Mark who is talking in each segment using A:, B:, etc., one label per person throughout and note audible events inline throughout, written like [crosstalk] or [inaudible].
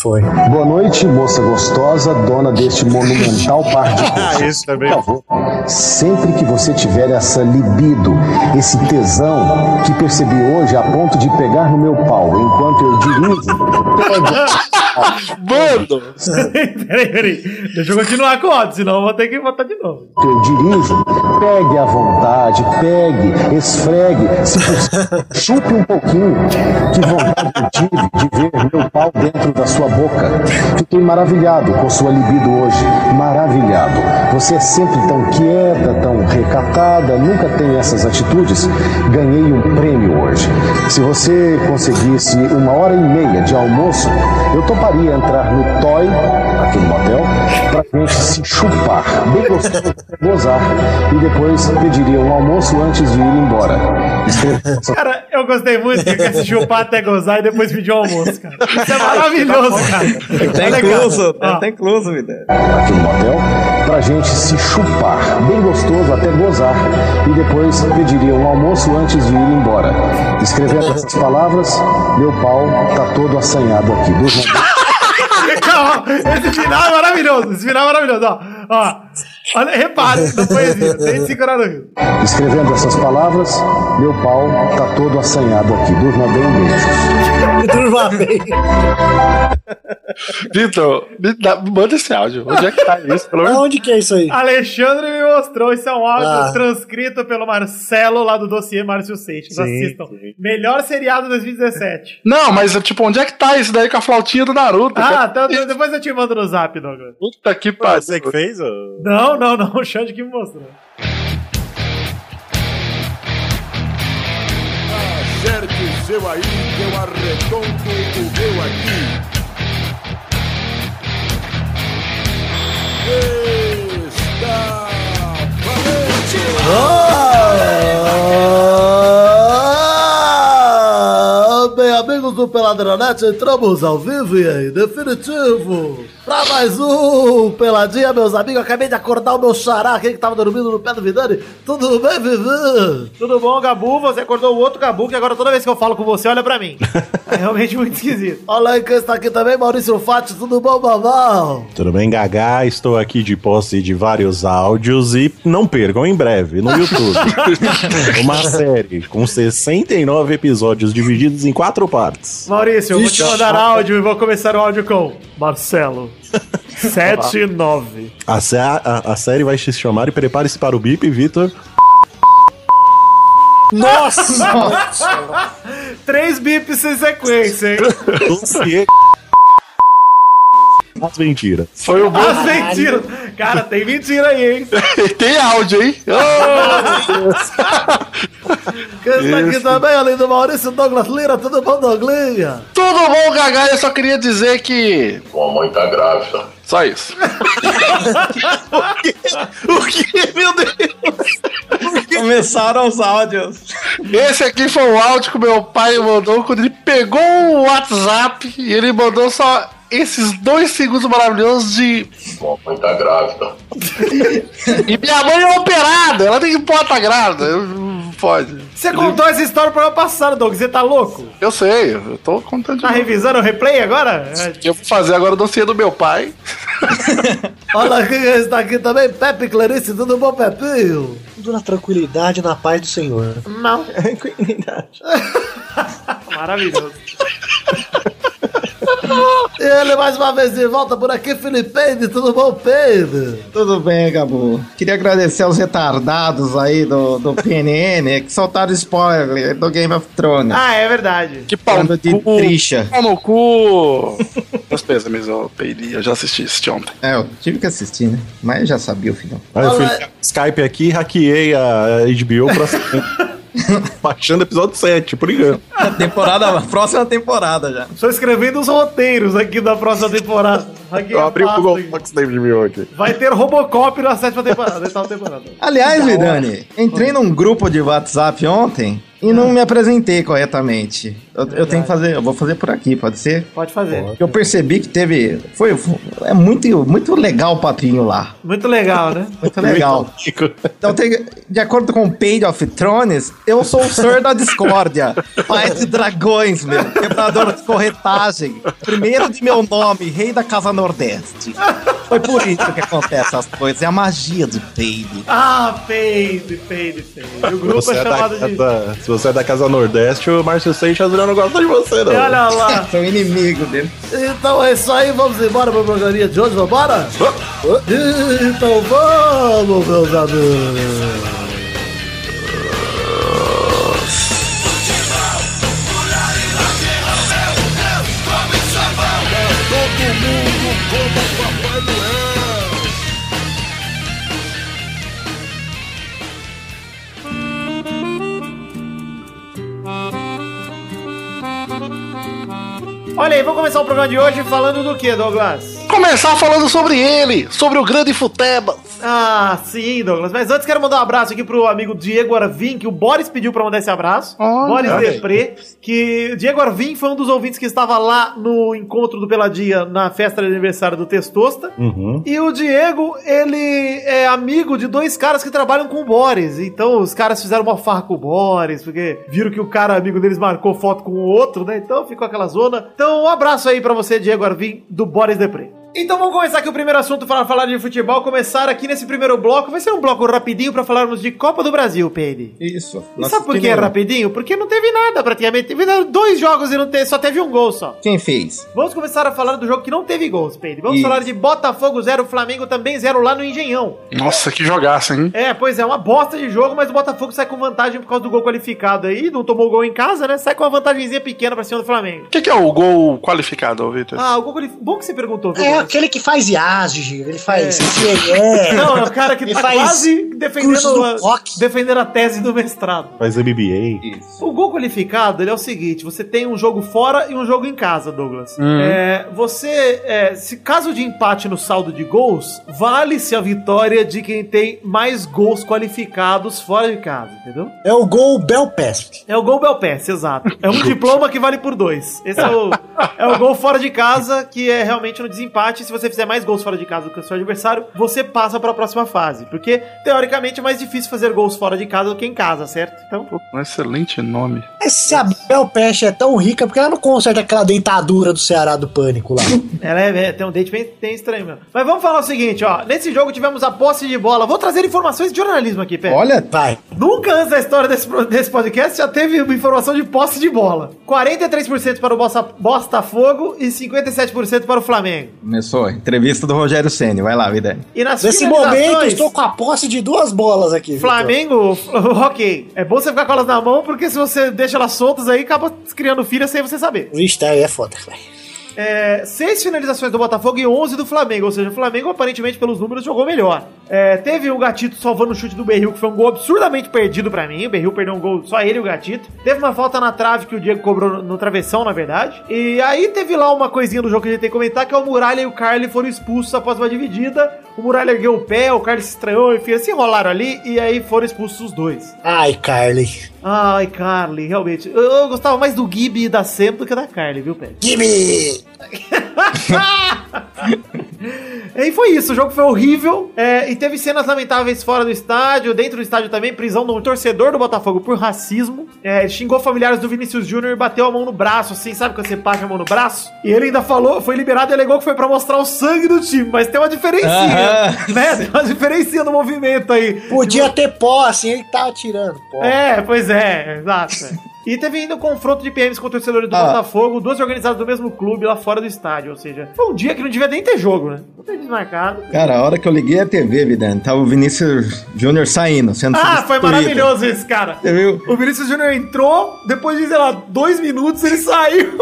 A: Foi.
B: Tá
C: Boa noite, moça gostosa, dona deste monumental par
A: [laughs]
C: de coisas.
A: Ah, Isso também.
C: Por favor, sempre que você tiver essa libido, esse tesão que percebi hoje a ponto de pegar no meu pau enquanto eu dirijo,
B: Mano!
D: peraí, peraí. Deixa eu continuar com o áudio, senão eu vou ter que botar de novo.
C: que eu dirijo, pegue à vontade, pegue, esfregue, se possível, chupe um pouquinho. Que vontade eu tive de ver meu pau dentro da sua boca. Fiquei maravilhado com sua libido hoje, maravilhado. Você é sempre tão quieta, tão recatada, nunca tem essas atitudes. Ganhei um prêmio hoje. Se você conseguisse uma hora e meia de almoço, eu toparia entrar no Toy, aquele motel, pra gente se chupar, bem gostoso, gozar, e depois pediria um almoço antes de ir embora. Escreva essa
D: Cara, eu gostei muito que quer se chupar até gozar e depois pedir o almoço, cara. Isso é maravilhoso, cara.
B: Tá
D: Olha,
B: incluso,
D: cara. Ó,
B: tá incluso, vida.
C: naquele motel pra gente se chupar, bem gostoso até gozar, e depois pediria um almoço antes de ir embora. Escrevendo essas palavras, meu pau tá todo assanhado aqui. Do nada.
D: [laughs] ó, esse final é maravilhoso. Esse final é maravilhoso, ó. ó olha, repare, não foi exílio, tem segurar no rio.
C: Escrevendo essas palavras, meu pau tá todo assanhado aqui. Durma bem, beijo.
B: [laughs]
A: Durma bem.
E: Vitor, me dá- me manda esse áudio. Onde é que tá isso? Pelo menos.
A: Aonde que é isso aí?
D: Alexandre me mostrou, isso é um áudio
A: Ah.
D: transcrito pelo Marcelo lá do dossiê Márcio Seixas.
A: Sim,
D: Assistam. Melhor seriado 2017.
E: Não, mas tipo, onde é que tá isso daí com a flautinha do Naruto?
D: Ah, então depois eu te mando no zap, Douglas.
E: Puta que
F: Pô,
E: pariu.
F: você que fez? ô?
D: Não, não, não, o Xande que me mostrou.
G: Ah, Bem, amigos do Peladronete, entramos ao vivo e em definitivo pra mais um Peladinha, meus amigos. Acabei de acordar o meu xará aqui que tava dormindo no pé do Vidani. Tudo bem, Vivi?
D: Tudo bom, Gabu? Você acordou o outro Gabu, que agora toda vez que eu falo com você, olha pra mim.
G: [laughs]
D: É realmente muito esquisito.
G: Olha aí quem está aqui também, Maurício Fati. Tudo bom, Babal?
H: Tudo bem, Gagá? Estou aqui de posse de vários áudios e não percam em breve no YouTube. Uma série com 69 episódios divididos em quatro partes.
D: Maurício, eu vou te
A: Ixi.
D: mandar áudio e vou começar o áudio com
G: [laughs]
D: Marcelo. 7 e 9.
H: A, sé- a- a série vai se chamar e prepare-se para o bip, Vitor.
A: Nossa!
D: Três bips sem sequência,
G: [laughs]
D: hein?
H: Dossiê. As mentiras.
E: Foi o bom.
D: As mentiras. Cara, tem mentira aí, hein?
E: Tem áudio, hein? Ô,
G: Quem está aqui também, além do Maurício Douglas Lira. Tudo bom, Douglinha?
E: tudo bom, Gagá? Eu só queria dizer que.
I: Sua mãe tá grávida.
E: Só isso. o que? Meu Deus!
B: Começaram os áudios.
E: Esse aqui foi o áudio que meu pai mandou quando ele pegou o WhatsApp e ele mandou só esses dois segundos maravilhosos de.
I: Sua mãe tá grávida.
E: [laughs] E minha mãe é operada, ela tem que botar grávida. Eu- Não pode.
D: Você contou essa história pro ano passado, Douglas. Você tá louco?
E: Eu sei, eu tô contando de
D: Tá
E: novo.
D: revisando o replay agora?
E: Eu vou fazer agora é o dossiê do meu pai.
G: Olha quem está aqui também, Pepe Clarice. Tudo bom, Pepinho?
A: Tudo na tranquilidade, na paz do Senhor.
D: Não. Maravilhoso.
G: E [laughs] ele mais uma vez de volta por aqui, Felipeide, tudo bom, Peide?
B: Tudo bem, Gabu. [laughs] Queria agradecer aos retardados aí do, do PNN que soltaram spoiler do Game of Thrones.
D: Ah, é verdade.
E: Que pau
B: Bando
E: no
B: de
E: cu.
B: tricha.
E: Pau no [laughs] cu. Meus pésames, eu peidei, eu já assisti assisti ontem.
B: É, eu tive que assistir, né? Mas eu já sabia o final.
H: Aí eu fui
G: Olá.
E: "É."
H: ligar no Skype aqui e hackeei a HBO
E: [laughs]
H: pra. Baixando o episódio 7, por engano.
B: Temporada, próxima temporada já.
D: Estou escrevendo os roteiros aqui da próxima temporada. Aqui
H: Eu abri o
D: faço
H: Google
D: isso.
H: Fox David Mil aqui.
D: Vai ter Robocop na sétima temporada, na oitava temporada.
B: Aliás, Vidani, entrei num grupo de WhatsApp ontem e não me apresentei corretamente. Eu, eu tenho que fazer, eu vou fazer por aqui, pode ser?
D: Pode fazer.
B: Eu percebi que teve, foi, é muito, muito legal o papinho lá.
D: Muito legal, né?
B: Muito legal. Então, tem- de acordo com o Page of Thrones, eu sou o Sir da Discórdia. Pai de dragões, meu. Quebrador de corretagem. Primeiro de meu nome, rei da Casa Nordeste. Foi por isso que acontece as coisas. É a magia do Page.
D: Ah, peide, peide, peide. E o
H: Se
D: grupo
H: você,
D: é
H: é da,
D: chamado de.
H: da- se você é da Casa Nordeste, o Márcio Seixas já não gosta de você, não.
D: Olha lá.
B: Sou inimigo dele.
G: Então é isso aí, vamos embora pro programinha de hoje, vambora? Então vamos, meus amigos.
D: Olha aí, vamos começar o programa de hoje falando do que, Douglas?
E: Começar falando sobre ele, sobre o grande Futeba.
D: Ah, sim, Douglas. Mas antes quero mandar um abraço aqui pro amigo Diego Arvim, que o Boris pediu pra mandar esse abraço. Boris Depré, que o Diego Arvim foi um dos ouvintes que estava lá no encontro do Peladia na festa de aniversário do Testosta.
H: Uhum.
D: E o Diego, ele é amigo de dois caras que trabalham com o Boris. Então os caras fizeram uma farra com o Boris, porque viram que o cara amigo deles marcou foto com o outro, né? Então ficou aquela zona. Então um abraço aí pra você, Diego Arvim, do Boris Depré. Então vamos começar aqui o primeiro assunto para falar de futebol. Começar aqui nesse primeiro bloco. Vai ser um bloco rapidinho pra falarmos de Copa do Brasil, Pedro.
B: Isso.
D: E sabe por que é rapidinho? Porque não teve nada praticamente. Teve dois jogos e não teve, só teve um gol só.
B: Quem fez?
D: Vamos começar a falar do jogo que não teve gols, Pedro. Vamos
B: Isso.
D: falar de Botafogo 0, Flamengo também 0 lá no Engenhão.
E: Nossa, que jogaço, hein?
D: É, pois é, uma bosta de jogo, mas o Botafogo sai com vantagem por causa do gol qualificado aí. Não tomou gol em casa, né? Sai com uma vantagemzinha pequena pra cima do Flamengo.
E: O que, que é o gol qualificado, Vitor?
D: Ah, o gol qualificado. Bom que você perguntou, viu?
A: É
D: Douglas?
A: aquele que faz IASG, ele faz
D: É.
A: CIE,
D: Não, é o cara que
A: Ele
D: tá
A: faz
D: quase
A: curso
D: defendendo
A: do
D: a,
A: POC.
D: defendendo a tese do mestrado.
H: Faz MBA.
B: Isso.
D: O gol qualificado ele é o seguinte: você tem um jogo fora e um jogo em casa, Douglas. É, você, é, se caso de empate no saldo de gols, vale-se a vitória de quem tem mais gols qualificados fora de casa, entendeu?
A: é o gol Belpest.
D: É o gol Belpass, exato. É um diploma que vale por dois. Esse é o, é o gol fora de casa, que é realmente no desempate. Se você fizer mais gols fora de casa do que o seu adversário, você passa para a próxima fase. Porque, teoricamente, é mais difícil fazer gols fora de casa do que em casa, certo? Então,
E: Um excelente nome.
A: Mas se a Belpest é tão rica, porque ela não conserta aquela dentadura do Ceará do Pânico lá?
D: Ela é, é, tem um dente bem, bem estranho mesmo. Mas vamos falar o seguinte, ó. Nesse jogo tivemos a posse de bola. Vou trazer informações de jornalismo aqui, Pé.
B: Olha,
A: Vai.
D: Nunca antes da história desse, pro- desse podcast já teve uma informação de posse de bola. 43% para o Bosta, Botafogo e 57% para o Flamengo.
B: começou. Entrevista do Rogério Ceni. Vai lá, Vidani.
D: E nas
A: Nesse
D: finalizações,
A: momento, estou com a posse de duas bolas aqui. Vitor.
D: Flamengo, [laughs] ok. É bom você ficar com elas na mão, porque se você deixa elas soltas aí, acaba criando filha sem você saber.
A: Vixe, tá aí, é foda. cara.
D: É, seis finalizações do Botafogo e 11 do Flamengo. Ou seja, o Flamengo, aparentemente, pelos números, jogou melhor. É, teve o Gatito salvando o chute do Berril, que foi um gol absurdamente perdido pra mim. O Berril perdeu um gol, só ele e o Gatito. Teve uma falta na trave que o Diego cobrou no- no travessão, na verdade. E aí teve lá uma coisinha do jogo que a gente tem que comentar, que é o Muralha e o Carly foram expulsos após uma dividida. O Muralha ergueu o pé, o Carly se estranhou, enfim, se enrolaram ali e aí foram expulsos os dois.
A: Ai, Carly.
D: Ai, Carly, realmente. Eu, eu gostava mais do Gibi e da Sam do que da Carly, viu, Pé?
A: Gimme!
D: E foi isso, o jogo foi horrível. é, e teve cenas lamentáveis fora do estádio, dentro do estádio também, prisão de um torcedor do Botafogo por racismo. É, xingou familiares do Vinícius Júnior e bateu a mão no braço, assim, sabe quando você bate a mão no braço? E ele ainda falou, foi liberado e alegou que foi pra mostrar o sangue do time, mas tem uma diferencinha,
B: Aham.
D: né? Tem uma diferencinha no movimento aí.
A: Podia ter posse, ele tá atirando. Pô.
D: É, pois é, exato. E teve ainda um confronto de PMs com torcedores do
B: Ah.
D: Botafogo, duas organizadas do mesmo clube lá fora do estádio, ou seja, foi um dia que não devia nem ter jogo, né? Não tem desmarcado.
B: Cara, a hora que eu liguei a TV, Vidani, tava o Vinícius Júnior saindo, sendo
D: Ah, foi
B: substituído.
D: maravilhoso isso, cara.
B: Você viu?
D: O Vinícius Júnior entrou, depois de, sei lá, dois minutos ele saiu.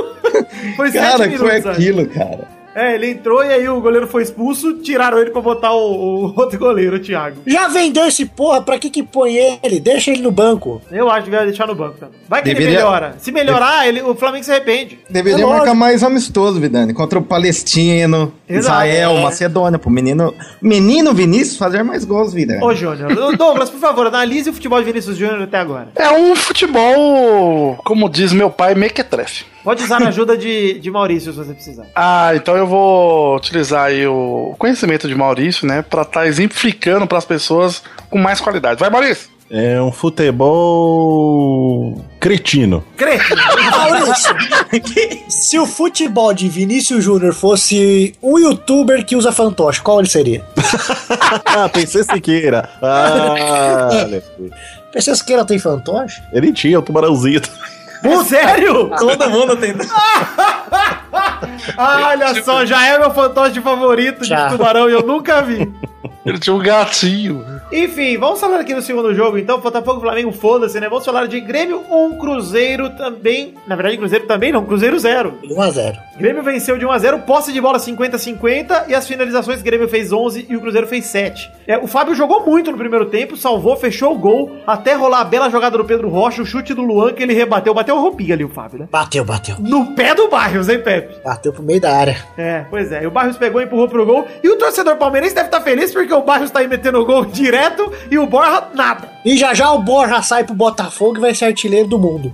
D: foi sete
B: Cara, que foi
D: minutos, sabe?
B: aquilo, cara.
D: É, ele entrou e aí o goleiro foi expulso, tiraram ele pra botar o, o [laughs] outro goleiro, o Thiago.
A: Já vendeu esse porra, pra que que põe ele? Deixa ele no banco.
D: Eu acho que vai deixar no banco também. Vai que ele
B: Deveria-
D: melhora. Se melhorar, ele, o Flamengo se arrepende.
B: Deveria
A: É
B: marcar
A: lógico.
B: mais amistoso, Vidani. Contra o Palestino,
D: Exato,
B: Israel,
D: é.
B: Macedônia. Pro menino, menino Vinícius fazer mais gols, Vidani.
D: Ô, Júnior. Ô, Douglas, por favor, analise o futebol de Vinícius Júnior até agora.
E: É um futebol, como diz meu pai, mequetrefe.
D: Pode usar na ajuda de, de Maurício se você precisar.
E: Ah, então eu vou utilizar aí o conhecimento de Maurício, né, pra estar exemplificando pras pessoas com mais qualidade. Vai, Maurício!
H: É um futebol cretino.
A: Maurício,
D: [laughs]
A: se o futebol de Vinícius Júnior fosse um youtuber que usa fantoche, qual ele seria?
H: Ah, pensei
E: [laughs]
H: Siqueira. Ah, olha.
A: PC Siqueira tem fantoche?
H: ele tinha o tubarãozinho.
D: Pô,
A: [laughs]
D: sério? Todo mundo tem. ah, olha só, já é meu fantoche favorito
A: Já.
D: de tubarão e eu nunca vi.
E: Ele tinha um gatinho.
D: Enfim, vamos falar aqui do segundo jogo, então. Botafogo e Flamengo, foda-se, né? Vamos falar de Grêmio 1, Cruzeiro também. Na verdade, Cruzeiro também não, Cruzeiro 0.
A: 1x0.
D: Grêmio venceu de 1 a 0 posse de bola 50-50 e as finalizações Grêmio fez 11 e o Cruzeiro fez 7. É, o Fábio jogou muito no primeiro tempo, salvou, fechou o gol, até rolar a bela jogada do Pedro Rocha, o chute do Luan que ele rebateu, bateu a roupinha ali o Fábio, né?
A: Bateu, bateu.
D: No pé do Barrios, hein, Pepe?
A: Bateu pro meio da área.
D: É, pois é. E o Barrios pegou e empurrou pro gol. E o torcedor palmeirense deve estar feliz porque o Barrios tá aí metendo gol direto e o Borra nada.
A: E já já o Borja sai pro Botafogo e vai ser artilheiro do mundo.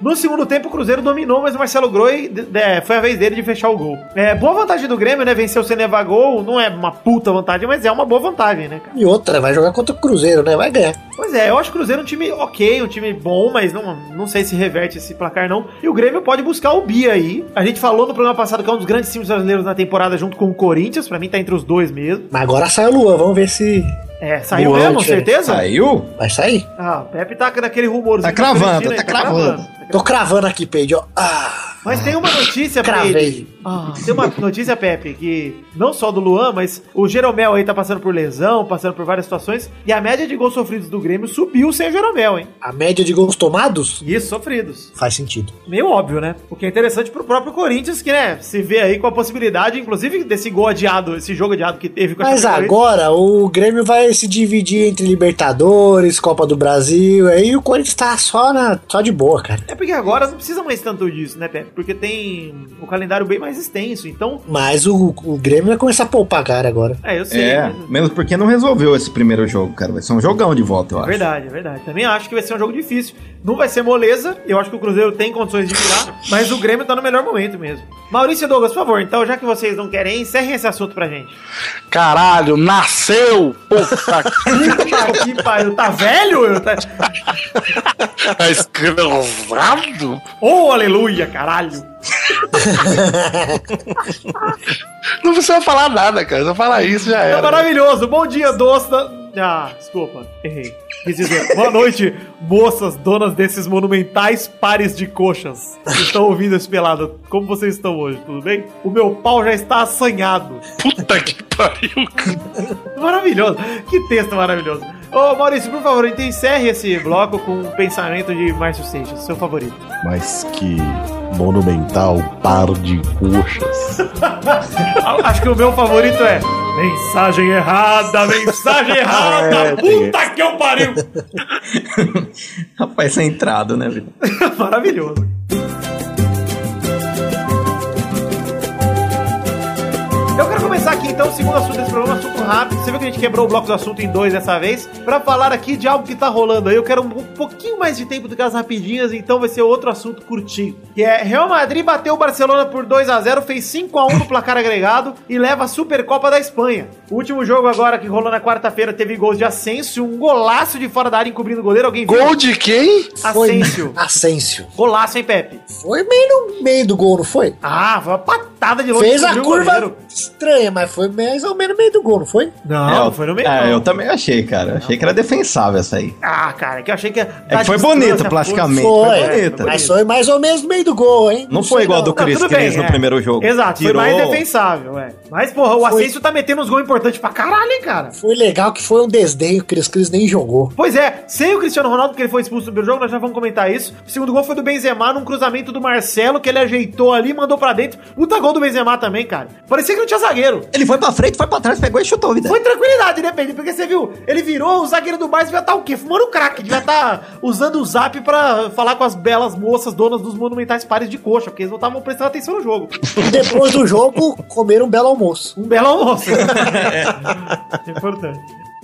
D: No segundo tempo, o Cruzeiro dominou, mas o Marcelo Groi de- de- foi a vez dele de fechar o gol. É, boa vantagem do Grêmio, né? Vencer o Ceneva gol não é uma puta vantagem, mas é uma boa vantagem, né, cara?
A: E outra, vai jogar contra o Cruzeiro, né? Vai ganhar.
D: Pois é, eu acho que o Cruzeiro é um time ok, um time bom, mas não, não sei se reverte esse placar, não. E o Grêmio pode buscar o Bia aí. A gente falou no programa passado que é um dos grandes times brasileiros na temporada junto com o Corinthians, pra mim tá entre os dois mesmo.
A: Mas agora sai o Luan, vamos ver se
D: É, saiu
A: Luan,
D: mesmo,
A: tchê.
D: certeza?
B: Saiu?
A: vai sair.
D: Ah, o Pepe tá naquele rumor.
B: Tá cravando, tá cravando.
A: Tô cravando aqui, Peide, ó. Ah,
D: Mas tem uma notícia,
A: Cravei.
D: Pepe. Ah, tem uma notícia, Pepe, que não só do Luan, mas o Jeromel aí tá passando por lesão, passando por várias situações. E a média de gols sofridos do Grêmio subiu sem o Jeromel, hein?
A: a média de gols tomados
D: Isso, sofridos.
A: faz sentido.
D: Meio óbvio, né? O que é interessante pro próprio Corinthians, que, né, se vê aí com a possibilidade, inclusive, desse gol adiado, esse jogo adiado que teve com a
A: Mas
D: Chapecoense.
A: agora o Grêmio vai se dividir entre Libertadores, Copa do Brasil, aí o Corinthians tá só, na, só de boa, cara.
D: É porque agora não precisa mais tanto disso, né, Pepe? Porque tem o calendário bem mais extenso. Então,
A: Mas o, o Grêmio vai começar a poupar cara agora.
D: é, eu sei.
B: É,
D: mas-
B: menos porque não resolveu esse primeiro jogo, cara. Vai ser um jogão de volta, eu acho.
D: Verdade, é verdade. Também acho que vai ser um jogo difícil. Não vai ser moleza, eu acho que o Cruzeiro tem condições de virar, mas o Grêmio tá no melhor momento mesmo. Maurício e Douglas, por favor, então, já que vocês não querem, encerrem esse assunto pra gente.
E: Caralho, nasceu! Puta
D: Puta que pariu, tá velho? Eu tá...
E: que tá escravizado!
D: Oh, aleluia, caralho.
E: Não precisa falar nada, cara. Só falar isso já
D: Tá
E: era.
D: maravilhoso. Bom dia, doce da... Ah, desculpa, errei. Quis dizer, boa noite, moças, donas desses monumentais pares de coxas que estão ouvindo esse pelado. Como vocês estão hoje, tudo bem? O meu pau já está assanhado.
E: Puta que pariu,
D: Maravilhoso. Que texto maravilhoso. Ô, Maurício, por favor, então encerre esse bloco com o pensamento de Márcio Seixas, seu favorito.
H: Mas que monumental par de coxas.
D: A- Ah, Acho que o meu favorito é Mensagem errada, [laughs] mensagem errada,
H: É, tem
D: puta que eu pariu.
B: Rapaz, sem entrada, né, Vidani?
D: Maravilhoso. Eu quero começar aqui então, o segundo assunto desse programa, assunto rápido. Você viu que a gente quebrou o bloco do assunto em dois dessa vez, pra falar aqui de algo que tá rolando aí. Eu quero um pouquinho mais de tempo do que as rapidinhas, então vai ser outro assunto curtinho. Que é Real Madrid bateu o Barcelona por 2 a 0 fez 5 a 1 no placar agregado e leva a Supercopa da Espanha. O último jogo agora que rolou na quarta-feira teve gols de Asensio, um golaço de fora da área encobrindo o goleiro. Alguém viu?
E: Gol de quem?
A: [laughs]
D: Asensio.
A: Asensio.
D: Golaço, hein, Pepe?
A: Foi meio no meio do gol, não foi?
D: Ah, foi uma patada de longe.
A: Fez a
D: Subiu o
A: curva
D: goleiro.
A: estranha, mas foi mais ou menos no meio do gol, não foi?
D: Não,
B: É,
D: não foi no meio.
B: É,
D: não.
B: eu também achei, cara. Achei que era defensável essa aí.
D: Ah, cara, que eu achei que.
B: É que foi bonito, plasticamente. Foi bonito.
D: né?
A: Mas foi mais ou menos no meio do gol, hein?
B: Não foi
A: sei
B: igual
A: não.
B: do Cris
D: tudo bem, é.
B: Cris no primeiro jogo.
D: Exato,
B: Tirou.
D: foi mais defensável, é. Mas, porra, o
A: Foi.
D: Asensio tá metendo uns gols importantes pra caralho, hein, cara.
A: Foi legal que foi um desdenho, o Cris Cris nem jogou.
D: Pois é, sem o Cristiano Ronaldo, porque ele foi expulso no primeiro jogo, nós já vamos comentar isso. O segundo gol foi do Benzema num cruzamento do Marcelo, que ele ajeitou ali, mandou pra dentro. Puta gol do Benzema também, cara. Parecia que não tinha zagueiro.
B: Ele foi pra frente, foi pra trás, pegou e chutou, vida.
D: Foi tranquilidade, né, Pedro? Porque você viu, ele virou, o zagueiro do Barça devia estar o quê? Fumando crack, devia estar usando o zap pra falar com as belas moças donas dos monumentais pares de coxa, porque eles não estavam prestando atenção no jogo.
A: E depois do jogo, comeram um belo almoço.
D: Um belo almoço. é. Importante.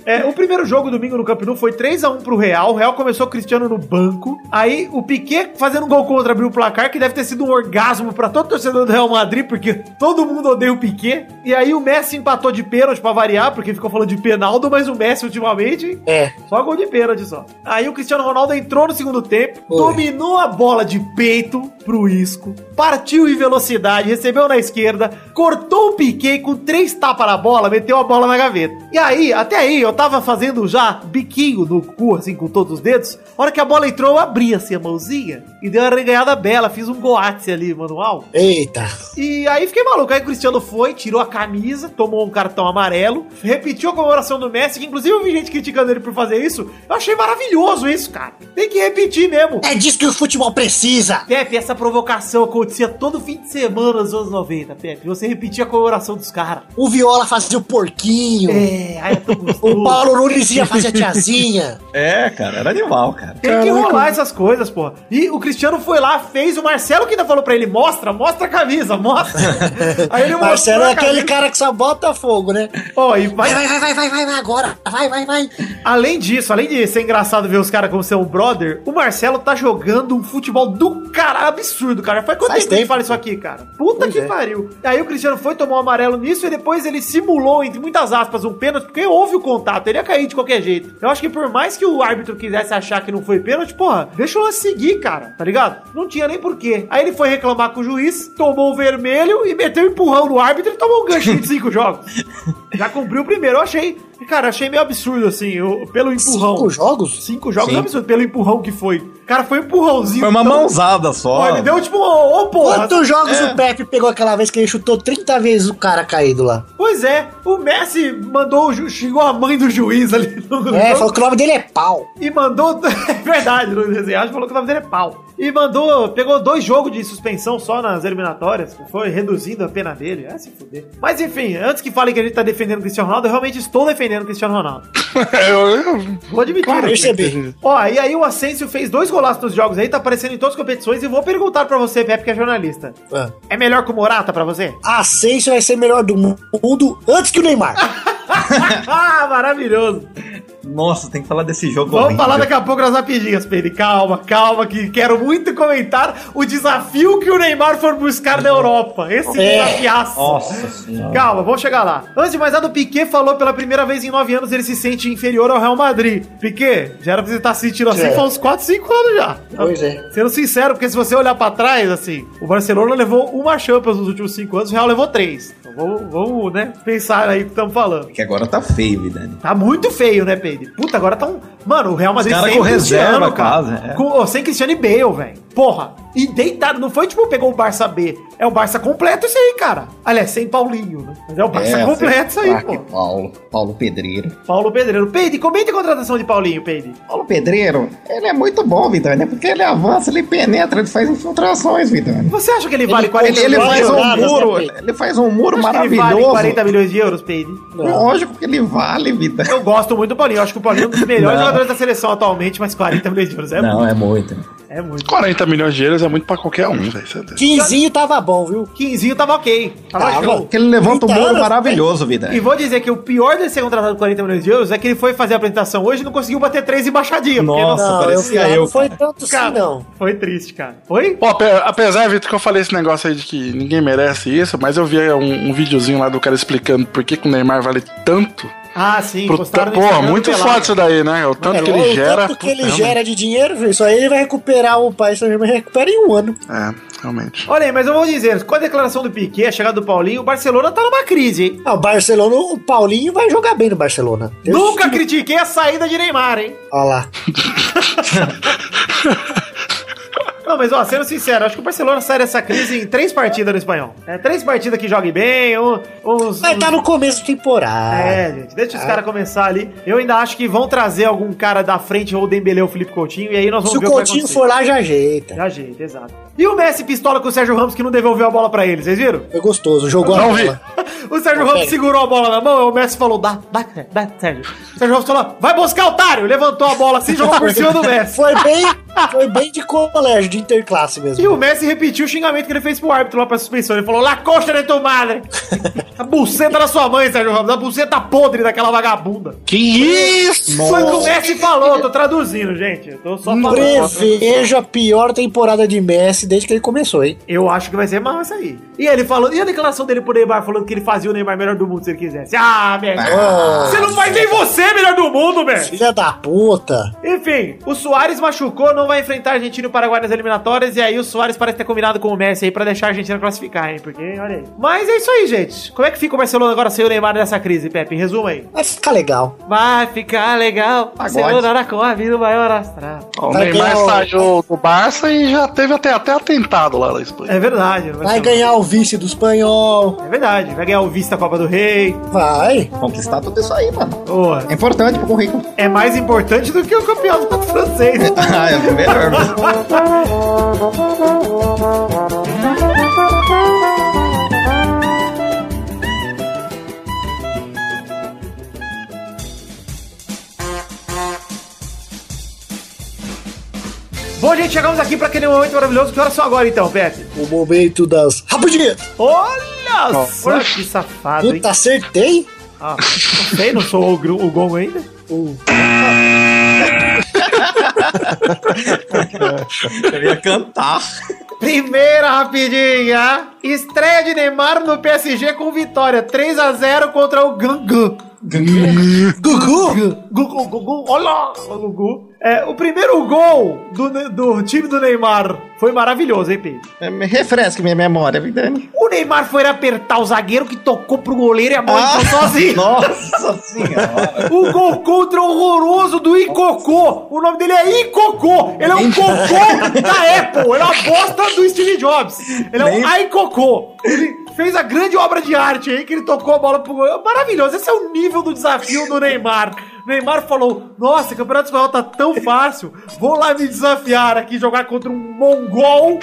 D: É, o primeiro jogo domingo no Camp Nou foi 3x1 pro Real. O Real começou com o Cristiano no banco. Aí o Piquet fazendo um gol contra abriu o placar, que deve ter sido um orgasmo pra todo torcedor do Real Madrid, porque todo mundo odeia o Piquet. E aí o Messi empatou de pênalti pra variar, porque ficou falando de penaldo, mas o Messi ultimamente
A: É.
D: só gol de pênalti só. Aí o Cristiano Ronaldo entrou no segundo tempo,
A: Foi.
D: dominou a bola de peito pro Isco, partiu em velocidade, recebeu na esquerda, cortou o Piquet com três tapas na bola, meteu a bola na gaveta. E aí, até aí, eu tava fazendo já biquinho no cu, assim, com todos os dedos. A hora que a bola entrou, eu abri assim a mãozinha e dei uma reganhada bela, fiz um goate ali, manual.
A: Eita.
D: E aí fiquei maluco. Aí o Cristiano foi, tirou a camisa, tomou um cartão amarelo, repetiu a comemoração do Messi, que inclusive eu vi gente criticando ele por fazer isso. Eu achei maravilhoso isso, cara. Tem que repetir mesmo.
A: É disso que o futebol precisa.
D: Pepe, essa provocação acontecia todo fim de semana nos anos 90, Pepe. Você repetia a comemoração dos caras.
A: O Viola fazia o porquinho.
D: É, aí é tão gostoso.
A: [laughs] O Paulo Nunes ia fazer a tiazinha.
B: É, cara, era animal, cara.
D: Tem que rolar essas coisas, porra. E o Cristiano foi lá, fez o Marcelo que ainda falou pra ele: mostra, mostra a
A: [laughs]
D: camisa, mostra. Aí ele mostrou
A: Marcelo é
D: a camisa.
A: aquele cara que só bota fogo, né?
D: Ó, e vai
A: Vai, vai, vai, vai, vai, vai, vai agora. Vai, vai, vai.
D: Além disso, além de ser engraçado ver os caras como ser um brother, o Marcelo tá jogando um futebol do cara absurdo, cara. Faz quanto
A: Faz
D: tempo que a gente
A: tempo.
D: fala isso aqui, cara? Puta
A: Pois
D: que
A: é.
D: pariu. Aí o Cristiano foi, tomou um amarelo nisso e depois ele simulou, entre muitas aspas, um pênalti, porque houve o contato, ele ia cair de qualquer jeito. Eu acho que por mais que o árbitro quisesse achar que não foi pênalti, porra, deixa o lance seguir, cara, tá ligado? Não tinha nem porquê. Aí ele foi reclamar com o juiz, tomou o vermelho e meteu um empurrão no árbitro e tomou um ganchinho de cinco [laughs] jogos. Já cumpriu o primeiro, eu achei. Cara, achei meio absurdo, assim, eu- pelo empurrão.
A: Cinco jogos?
D: Cinco jogos
B: Sim.
D: é absurdo, pelo empurrão que foi. Cara, foi um empurrãozinho.
B: Foi uma
D: tão-
B: mãozada
D: Pô,
B: só.
D: Ele deu tipo, ô, ô, porra.
A: Quantos jogos o Pepe pegou aquela vez que ele chutou 30 vezes o cara caído lá?
D: Pois é, o Messi mandou, o ju- xingou a mãe do juiz ali no
A: É, falou que o nome dele é pau.
D: e mandou. [laughs] É verdade, Luiz Reziage falou que o nome dele é pau. E mandou, pegou dois jogos de suspensão só nas eliminatórias, foi reduzindo a pena dele. É se fuder. Mas enfim, antes que falem que a gente tá defendendo o Cristiano Ronaldo, eu realmente estou defendendo o Cristiano Ronaldo.
E: É, Eu, eu-
D: Vou admitir.
E: claro que-
A: percebi.
D: Ó, e aí o Asensio fez dois golaços nos jogos aí, tá aparecendo em todas as competições. E vou perguntar pra você, Pepe, que é jornalista.
A: Ah.
D: É melhor que o Morata pra você? [laughs]
A: Asensio vai ser melhor do mundo antes que o Neymar.
D: ah, maravilhoso.
B: Nossa, tem que falar desse jogo.
D: Vamos
B: horrível.
D: falar daqui a pouco nas rapidinhas, Pedro. Calma, calma, que quero muito comentar o desafio que o Neymar for buscar na Europa. Esse
A: É.
D: desafiaço.
B: Nossa senhora.
D: Calma, vamos chegar lá. Antes de mais nada, o Piquet falou pela primeira vez em nove anos ele se sente inferior ao Real Madrid. Piquet, já era pra você estar sentindo assim
A: É.
D: faz uns 4, 5 anos já.
A: Pois é.
D: Sendo sincero, porque se você olhar pra trás, assim, o Barcelona levou uma Champions nos últimos 5 anos, o Real levou 3. Então vamos, vamos, né, pensar aí o que estamos falando.
B: Que agora tá feio, vida.
D: Tá muito feio, né, Pedro? Puta, agora tá um. Mano, o Real Madrid
B: Os cara com reserva, quase, é.
D: Com- ó, sem Cristiano e Bale, velho. Porra. E deitado, não foi tipo pegou o Barça B. É o Barça completo isso aí, cara. Aliás, sem Paulinho, né? Mas é o Barça
B: É,
D: completo isso aí, pô.
B: Paulo, Paulo Pedreiro.
D: Paulo Pedreiro. Peide, comenta a contratação de Paulinho, Peide.
B: Paulo Pedreiro, ele é muito bom, Vidani, porque ele avança, ele penetra, ele faz infiltrações, Vidani.
D: Você acha que ele vale 40
B: Ele, ele
D: milhões de
B: faz
D: euros?
B: um
A: jogadas, né,
B: muro,
A: Pedro?
B: ele faz um muro
D: Você acha que ele
B: maravilhoso.
D: vale 40 milhões de euros, Peide?
B: Lógico que ele vale, Vidani.
D: Eu gosto muito do Paulinho. Eu acho que o Paulinho é um dos melhores
B: Não.
D: jogadores da seleção atualmente, mas 40 milhões de euros é muito.
B: é muito.
D: É muito.
E: 40 milhões de euros é muito pra qualquer um, velho. você-
A: Quinzinho tava bom, viu?
D: 15 tava ok. Tava,
A: Tava.
D: show.
B: Porque ele levanta um
A: 30
B: muro
A: anos,
B: maravilhoso,
D: E
B: Vidani.
D: vou dizer que o pior dele ser contratado por 40 milhões de euros é que ele foi fazer a apresentação hoje e não conseguiu bater três embaixadinhas. porque
B: Nossa,
D: não-
A: não, eu vi
B: parecia
A: lá,
B: eu,
A: não foi
B: cara.
A: tanto assim, não.
D: Foi triste, cara. Foi?
E: Pô, ape- apesar, Vitor, que eu falei esse negócio aí de que ninguém merece isso, mas eu vi um, um videozinho lá do cara explicando por que, que o Neymar vale tanto.
D: Ah, sim,
E: Pro,
D: postaram no
E: pô,
D: Instagram do
E: muito
D: Pelado.
E: forte isso daí, né? O tanto que ele
A: É, o
E: gera.
A: tanto que ele
E: puta,
A: gera de dinheiro, filho, só ele vai recuperar o país São Germain recupera em um ano.
E: É, realmente.
D: Olha aí, mas eu vou dizer, com a declaração do Piquet, a chegada do Paulinho, o Barcelona tá numa crise, hein?
A: Ah, o Barcelona, o Paulinho vai jogar bem no Barcelona. Eu-
D: Nunca critiquei a saída de Neymar, hein?
A: Olha lá.
D: Não, mas ó, sendo sincero, acho que o Barcelona sai dessa crise em três partidas no espanhol. É, três partidas que joguem bem, um, uns.
A: Mas tá no começo de temporada.
D: É, gente, deixa os
A: Ah.
D: caras começar ali. Eu ainda acho que vão trazer algum cara da frente, ou o Dembele ou o Felipe Coutinho, e aí nós vamos
A: Se o
D: ver que vai
A: Coutinho
D: acontecer.
A: for lá, já ajeita.
D: Da gente, exato. E o Messi pistola com o Sérgio Ramos que não devolveu a bola pra ele, vocês viram?
A: Foi gostoso, jogou a
E: Não vi.
A: bola.
D: O Sérgio Ramos segurou a bola na mão, e o Messi falou: dá, dá, dá, Sérgio. O Sérgio Ramos falou: vai buscar, otário! Levantou a bola assim e jogou por cima do Messi.
A: Foi bem, foi bem de colégio, de interclasse mesmo.
D: E o Messi repetiu o xingamento que ele fez pro árbitro lá pra suspensão. Ele falou: La costa de
A: [laughs]
D: tu madre! A buceta da sua mãe, Sérgio Ramos, a buceta podre daquela vagabunda.
E: Que isso!
D: Foi o que o Messi falou, tô traduzindo, gente. Eu tô só falando.
A: Prevejo a pior temporada de Messi desde que ele começou, hein?
D: Eu acho que vai ser mal isso aí. E ele falou, e a declaração dele pro Neymar falando que ele fazia o Neymar melhor do mundo se ele quisesse. Ah, Messi! Você não faz nem você melhor do mundo, Messi!
A: Filha da puta.
D: Enfim, o Soares machucou, não vai enfrentar a Argentina e o Paraguai nas eliminatórias. E aí o Soares parece ter combinado com o Messi aí pra deixar a Argentina classificar, hein? Porque, olha aí. Mas é isso aí, gente. Como é que fica o Barcelona agora sem o Neymar nessa crise, Pepe? Resuma aí.
A: Vai ficar legal.
D: Vai ficar legal. Barcelona na Covid, o maior astral.
E: Ó, o
A: Vai
E: Neymar
A: ganhar o-
E: saiu do Barça e já teve até, até atentado lá na Espanha.
D: É verdade, não
A: Vai
D: ser-
A: ganhar o vice do espanhol.
D: É verdade, vai ganhar o vice da Copa do Rei.
A: Vai.
B: Conquistar tudo isso aí, mano.
D: Boa.
B: É importante pro currículo.
D: É mais importante do que o campeonato francês.
B: [laughs] ah, é melhor, mano.
D: Bom, gente, chegamos aqui pra aquele momento maravilhoso. Que horas são agora, então, Pepe?
A: O momento das. Rapidinho!
D: Tá Olha só que safado, hein?
A: Puta, acertei?
D: Ah, não sei, não sou o, gru- o Gongo ainda.
B: Eu ia cantar.
D: Primeira rapidinha. Estreia de Neymar no PSG com vitória 3 a 0 contra o Gugu. Gugu? Gugu, Gugu, olá, o Gugu. É, o primeiro gol do, Ne- do time do Neymar foi maravilhoso, hein, Pedro?
B: É, me refresca minha memória, me dane.
D: O Neymar foi apertar o zagueiro que tocou pro goleiro e a bola
B: Ah,
D: entrou sozinha.
B: [laughs]
D: [laughs]
B: Nossa senhora.
D: O gol contra horroroso do Icocô. O nome dele é Icocô. Ele é um cocô da Apple. Ele é uma bosta do Steve Jobs. Ele é um Icocô. Ele fez a grande obra de arte aí, que ele tocou a bola pro gol. Maravilhoso. Esse é o nível do desafio do Neymar. O Neymar falou, nossa, o Campeonato Espanhol tá tão fácil, vou lá me desafiar aqui, jogar contra um mongol.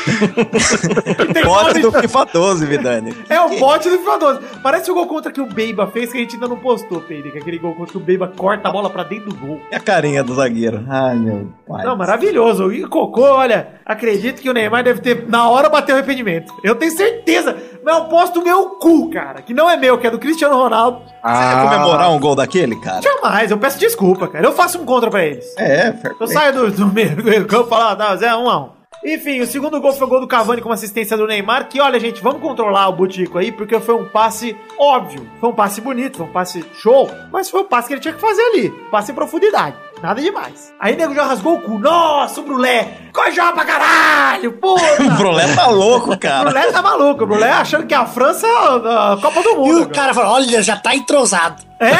D: que tem
B: Bota
D: nome
B: do FIFA 12, Vidani.
D: é o bote do FIFA 12. Parece o gol contra que o Beiba fez, que a gente ainda não postou, Peide. Aquele gol contra que o Beiba corta a bola pra dentro do gol.
B: E a carinha do zagueiro? Ai, meu pai.
D: Não, maravilhoso. E Cocô, olha, acredito que o Neymar deve ter, na hora, bateu arrependimento. Eu tenho certeza. Mas eu posto o meu cu, cara. Que não é meu, que é do Cristiano Ronaldo.
B: Você ia comemorar um gol daquele, cara?
D: Jamais, eu peço desculpa, cara. Eu faço um contra pra eles.
B: É, fair
D: Eu
B: play.
D: saio do, do meio, do meio campo e falo, ah, tá, Zé, um a um. Enfim, o segundo gol foi o gol do Cavani com uma assistência do Neymar, que olha, gente, vamos controlar o Butico aí, porque foi um passe óbvio, foi um passe bonito, foi um passe show, mas foi o passe que ele tinha que fazer ali, um passe em profundidade, nada demais. Aí o nego já rasgou o cu, nossa, o Brulé, coisa pra
B: [laughs]
D: caralho,
B: O
D: puta!
B: Brulé tá louco,
D: o
B: cara.
D: Brulé tá maluco, o Brulé achando que a França é a, a Copa do
A: E
D: Mundo.
A: o cara fala: olha, já tá entrosado.
D: É?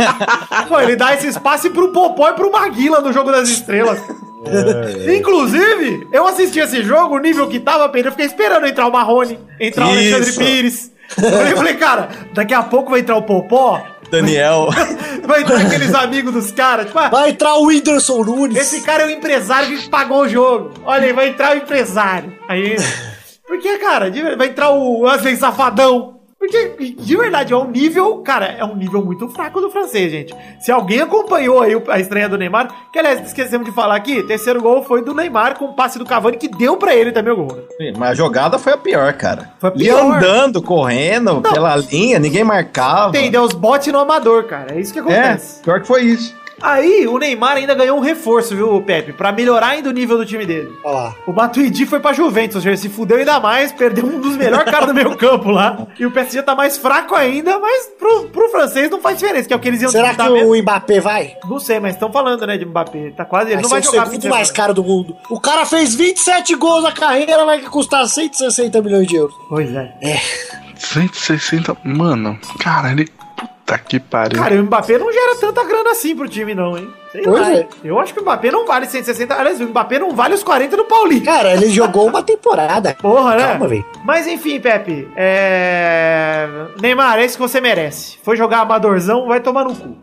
D: [laughs] Pô, ele dá esse espaço pro Popó e pro Maguila no Jogo das Estrelas.
B: É,
D: Inclusive, eu assisti esse jogo, o nível que tava, Pedro, eu fiquei esperando entrar o Marrone, entrar o Alexandre
B: Isso.
D: Pires. Eu falei, cara, daqui a pouco vai entrar o Popó,
B: Daniel.
D: [laughs] vai entrar aqueles amigos dos caras, tipo, ah,
A: Vai entrar o Whindersson Nunes.
D: esse cara é o empresário que pagou o jogo. Olha aí, vai entrar o empresário. Aí. Porque, cara, de verdade, vai entrar o Wesley Safadão. Porque, de verdade, é um nível. Cara, é um nível muito fraco do francês, gente. Se alguém acompanhou aí o- a estreia do Neymar, que aliás, esquecemos de falar aqui, terceiro gol foi do Neymar com o passe do Cavani, que deu pra ele também o gol. né?
B: Mas a jogada foi a pior, cara.
D: Foi a
B: Ele
D: pior.
B: andando, correndo pela linha, ninguém marcava.
D: Entendeu? Os botes no amador, cara. É isso que
B: É,
D: acontece.
B: pior que foi isso.
D: Aí o Neymar ainda ganhou um reforço, viu, Pepe? Pra melhorar ainda o nível do time dele.
A: Olha lá.
D: O Matuidi foi pra Juventus, ou seja, se fudeu ainda mais, perdeu um dos melhores caras do meio campo lá. E o PSG tá mais fraco ainda, mas pro, pro francês não faz diferença, que é o que eles iam
A: Será que
D: tentar mesmo.
A: o Mbappé vai?
D: Não sei, mas estão falando, né, de Mbappé. Tá quase, ele
A: Vai
D: não
A: ser
D: vai
A: o
D: jogar
A: segundo
D: fim de
A: mais
D: semana.
A: caro do mundo. O cara fez 27 gols na carreira, vai custar 160 milhões de euros.
D: Pois é.
E: 160. Mano, cara, ele. Puta que pariu.
D: Cara, o Mbappé não gera tanta grana assim pro time, não, hein? Sei
A: Pois
D: lá.
A: é.
D: Eu acho que o Mbappé não vale 160. Aliás, o Mbappé não vale os 40 do Paulinho.
A: Cara, ele jogou uma temporada.
D: Porra, né?
A: Calma, velho.
D: Mas enfim, Pepe. É... Neymar, é isso que você merece. Foi jogar amadorzão, vai tomar no cu.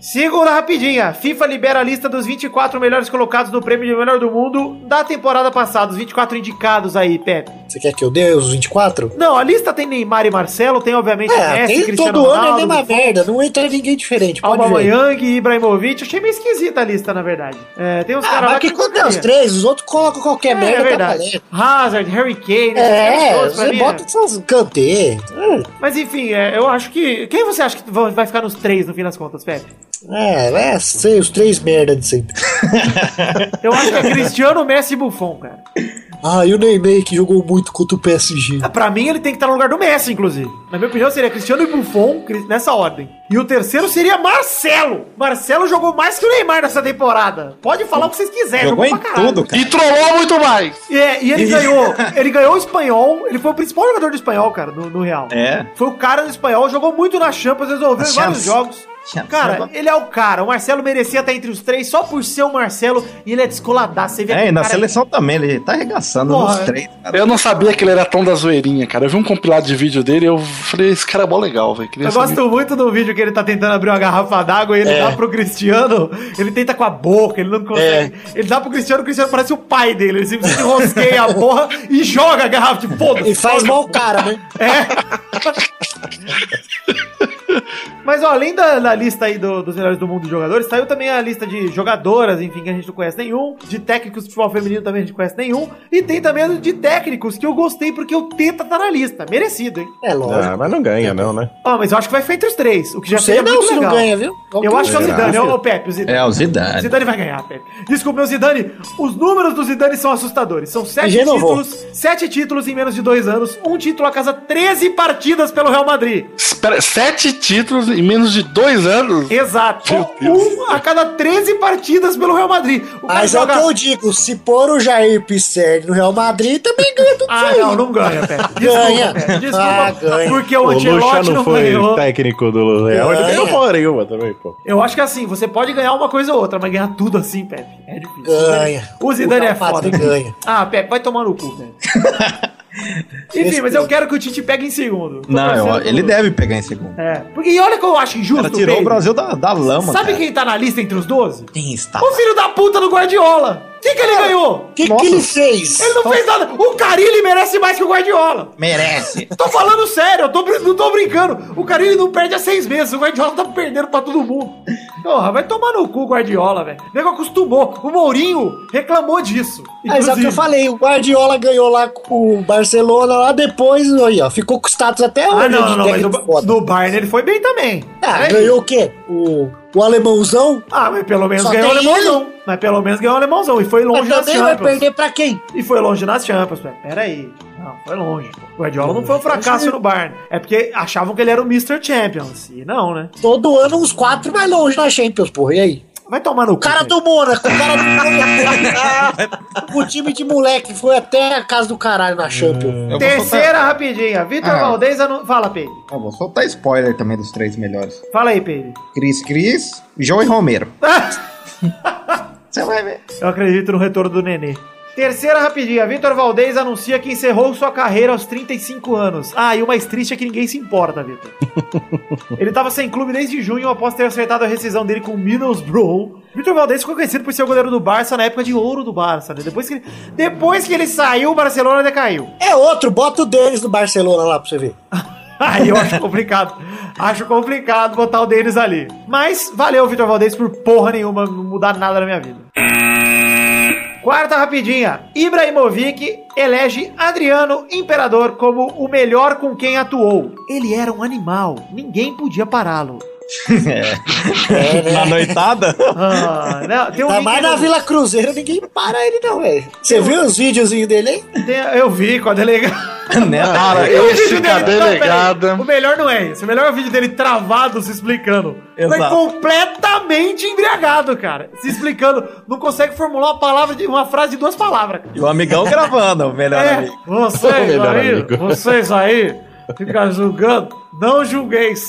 D: Segunda rapidinha. FIFA libera a lista dos 24 melhores colocados no prêmio de melhor do mundo da temporada passada. Os 24 indicados aí, Pepe.
A: Você quer que eu dê os 24?
D: Não, a lista tem Neymar e Marcelo, tem obviamente
A: É,
D: Messi,
A: tem
D: Cristiano
A: todo ano é a
D: Ronaldo,
A: mesma merda. Não entra ninguém diferente. Pode
D: Alba
A: ver.
D: Young e Ibrahimovic. Achei meio esquisita a lista, na verdade. É, tem uns
A: Ah,
D: caras lá
A: mas que
D: que
A: quando é os
D: porcaria.
A: três, os outros colocam
D: É,
A: qualquer
D: é
A: merda pra
D: verdade.
A: valer.
D: Hazard, Harry Kane, esses caras
A: É,
D: todos, pra
A: você
D: mim,
A: bota
D: é.
A: essas cantê.
D: Mas enfim, é, eu acho que. Quem você acha que vão- vai ficar nos três no fim das contas, Pepe?
A: É, é, sei, os três merda de sempre.
D: Eu acho que é Cristiano, Messi e Buffon, cara.
A: Ah, e o Neymar que jogou muito contra o PSG.
D: Ah, Pra mim, ele tem que estar no lugar do Messi, inclusive. Na minha opinião, seria Cristiano e Buffon Cri- nessa ordem. E o terceiro seria Marcelo. Marcelo jogou mais que o Neymar nessa temporada. Pode falar o que vocês quiserem,
B: Jogou em
D: É, pra caralho.
B: tudo, cara.
E: E trollou muito mais.
D: É, e ele ganhou. Ele ganhou o espanhol. Ele foi o principal jogador do espanhol, cara, no, no Real.
B: É.
D: Foi o cara do espanhol, jogou muito na Champions, resolveu
B: Na
D: em
B: Champions.
D: vários jogos.
B: Champions.
D: Cara, ele é o cara. O Marcelo merecia estar entre os três só por ser o Marcelo e ele é descoladaço. Você vê
B: É,
D: aquele
B: e na
D: cara-
B: seleção também, ele tá arregaçando
D: Porra.
B: nos três,
D: Tá
B: cara.
E: Eu não sabia que ele era tão da zoeirinha, cara. Eu vi um compilado de vídeo dele e eu falei, esse cara é mó legal, velho. Queria
D: Eu
E: saber.
D: gosto muito do vídeo que ele tá tentando abrir uma garrafa d'água e ele
A: É.
D: dá pro Cristiano. Ele tenta com a boca, ele não consegue.
A: É.
D: Ele dá pro Cristiano, o Cristiano parece o pai dele. Ele simplesmente rosqueia a porra e joga a garrafa de foda-se.
A: E faz mal o cara, né?
D: Mas ó, além da, da lista aí do- dos melhores do mundo de jogadores, saiu também a lista de jogadoras, enfim, que a gente não conhece nenhum. De técnicos de futebol feminino também a gente não conhece nenhum. E tem também a de técnicos que eu gostei porque o Teta tá na lista. Merecido, hein?
A: É lógico.
H: Ah, mas não ganha, não, né?
D: Ó, mas eu acho que vai ficar entre os três, o que já
A: Não sei
D: seria
A: não
D: muito
A: se
D: legal.
A: não ganha, viu?
D: Eu acho que é o
H: Será?
D: Zidane, ô ô, Pepe, o Zidane.
B: É, o
D: O
B: Zidane.
D: Zidane vai ganhar, Pepe. Desculpa, meu Zidane. Os números do Zidane são assustadores. São sete
A: Renovou.
D: títulos, sete títulos em menos de dois anos, um título a casa 13 partidas pelo Real Madrid.
E: Espera, sete títulos em menos de dois anos?
D: Exato.
E: Meu Deus.
D: Um a cada 13 partidas pelo Real Madrid. O cara
A: Mas é o que
D: joga-
A: eu digo, se pôr o Jair Pisserni no Real Madrid, também ganha tudo
D: Ah,
A: isso aí.
D: não, não ganha, Pepe. Desculpa,
A: Ganha.
D: Pepe. Desculpa,
A: Ah, ganha.
D: porque
H: O
D: o Ancelotti
H: Lucha
D: não É.
H: não foi
D: ganhou.
B: tá-
H: técnico do É, Real, ele
A: Ganha.
H: ganhou porra nenhuma também, pô.
D: Eu acho que assim, você pode ganhar uma coisa ou outra, mas ganhar tudo assim, Pepe, é difícil.
A: Ganha.
D: O Zidane
A: O
D: é foda.
A: Madrid ganha.
D: Ah, Pepe, vai tomar no cu,
A: [laughs]
D: Pepe. Enfim, mas eu quero que o Tite pegue em segundo. Tô
B: Não, eu-
D: torcendo
B: ele
D: por-
B: deve pegar em segundo.
D: É. Porque e olha que eu acho injusto,
B: Ela tirou o
D: Pedro.
B: Brasil da, da lama,
D: Sabe
B: cara.
D: quem tá na lista entre os 12?
B: Quem está?
D: O filho da puta do Guardiola. O que, que ele ganhou?
A: O que, que ele fez?
D: Ele não fez nada. O Carilli merece mais que o Guardiola. [laughs]
B: Merece.
D: Tô falando sério, eu tô, brin- não tô brincando. O Carilli não perde há seis meses, o Guardiola tá perdendo pra todo mundo. Porra, vai tomar no cu o Guardiola, velho. O nego acostumou. O Mourinho reclamou disso.
A: Mas é o que eu
D: inclusive.
A: falei, o Guardiola ganhou lá com o Barcelona, lá depois, aí, ó, ficou com status até hoje.
D: Ah, não,
A: de
D: não, não, mas
A: técnico
D: no,
A: é foda.
D: no Bayern ele foi bem também.
A: Ah,
D: Peraí.
A: ganhou o quê? O, o alemãozão?
D: Ah, mas pelo menos
A: Só
D: ganhou o
A: tem
D: alemãozão. Mas pelo menos ganhou o alemãozão. E foi longe
A: Mas
D: nas
A: também vai
D: Champions.
A: perder pra quem?
D: E foi longe nas Champions. Pera peraí. Não, foi longe. pô. O Guardiola não foi um fracasso no Bayern. É porque achavam que ele era o Mr. Champions. E não, né?
A: Todo ano uns quatro mais longe na Champions, porra. E aí?
D: Vai tomar no
A: O cara
D: velho.
A: do Mônaco, o cara do
D: [laughs]
A: Mônaco. O time de moleque foi até a casa do caralho na Champions.
B: Eu vou, soltar,
D: Terceira rapidinha. Vitor
B: Ah.
D: Valdez anu... Fala, Peide.
B: eu vou soltar spoiler também dos três melhores.
D: Fala aí, Peide.
B: Cris Cris, João e Romero. Você vai ver.
D: Eu acredito no retorno do Nenê. Terceira rapidinha. Vitor Valdez anuncia que encerrou sua carreira aos 35 anos. Ah, e o mais triste é que ninguém se importa, [laughs] Vitor. Ele tava sem clube desde junho após ter acertado a rescisão dele com o Middlesbrough. Vitor Valdez ficou conhecido por ser o goleiro do Barça na época de ouro do Barça, né? Depois que ele, depois que ele saiu, o Barcelona decaiu.
A: É outro, bota o Denis do Barcelona lá pra você ver.
D: Aí eu acho complicado. Acho complicado botar o Denis ali. Mas valeu, Vitor Valdez, por porra nenhuma não mudar nada na minha vida. Quarta rapidinha. Ibrahimovic elege Adriano Imperador como o melhor com quem atuou. Ele era um animal. Ninguém podia pará-lo. É, né?
B: Na noitada?
D: Ah, não, tem um
A: Tá
D: link
A: mais
D: aí
A: na
D: no-
A: Vila Cruzeiro, ninguém para ele não, velho. Você viu os videozinhos dele, hein?
D: tem- Eu vi com a delegada.
B: né?
E: Cara,
D: O
E: esse
D: vídeo
E: da
D: dele- não, peraí,
E: é delegada.
D: O melhor não é esse. O melhor é o vídeo dele travado se explicando. Mas
B: Exato.
D: completamente embriagado, cara. Se explicando. Não consegue formular uma palavra de uma frase de duas palavras.
B: E o amigão gravando, o melhor
D: É,
B: amigo.
D: vocês
H: melhor
D: aí,
H: amigo.
D: vocês aí, ficam julgando, não julgueis.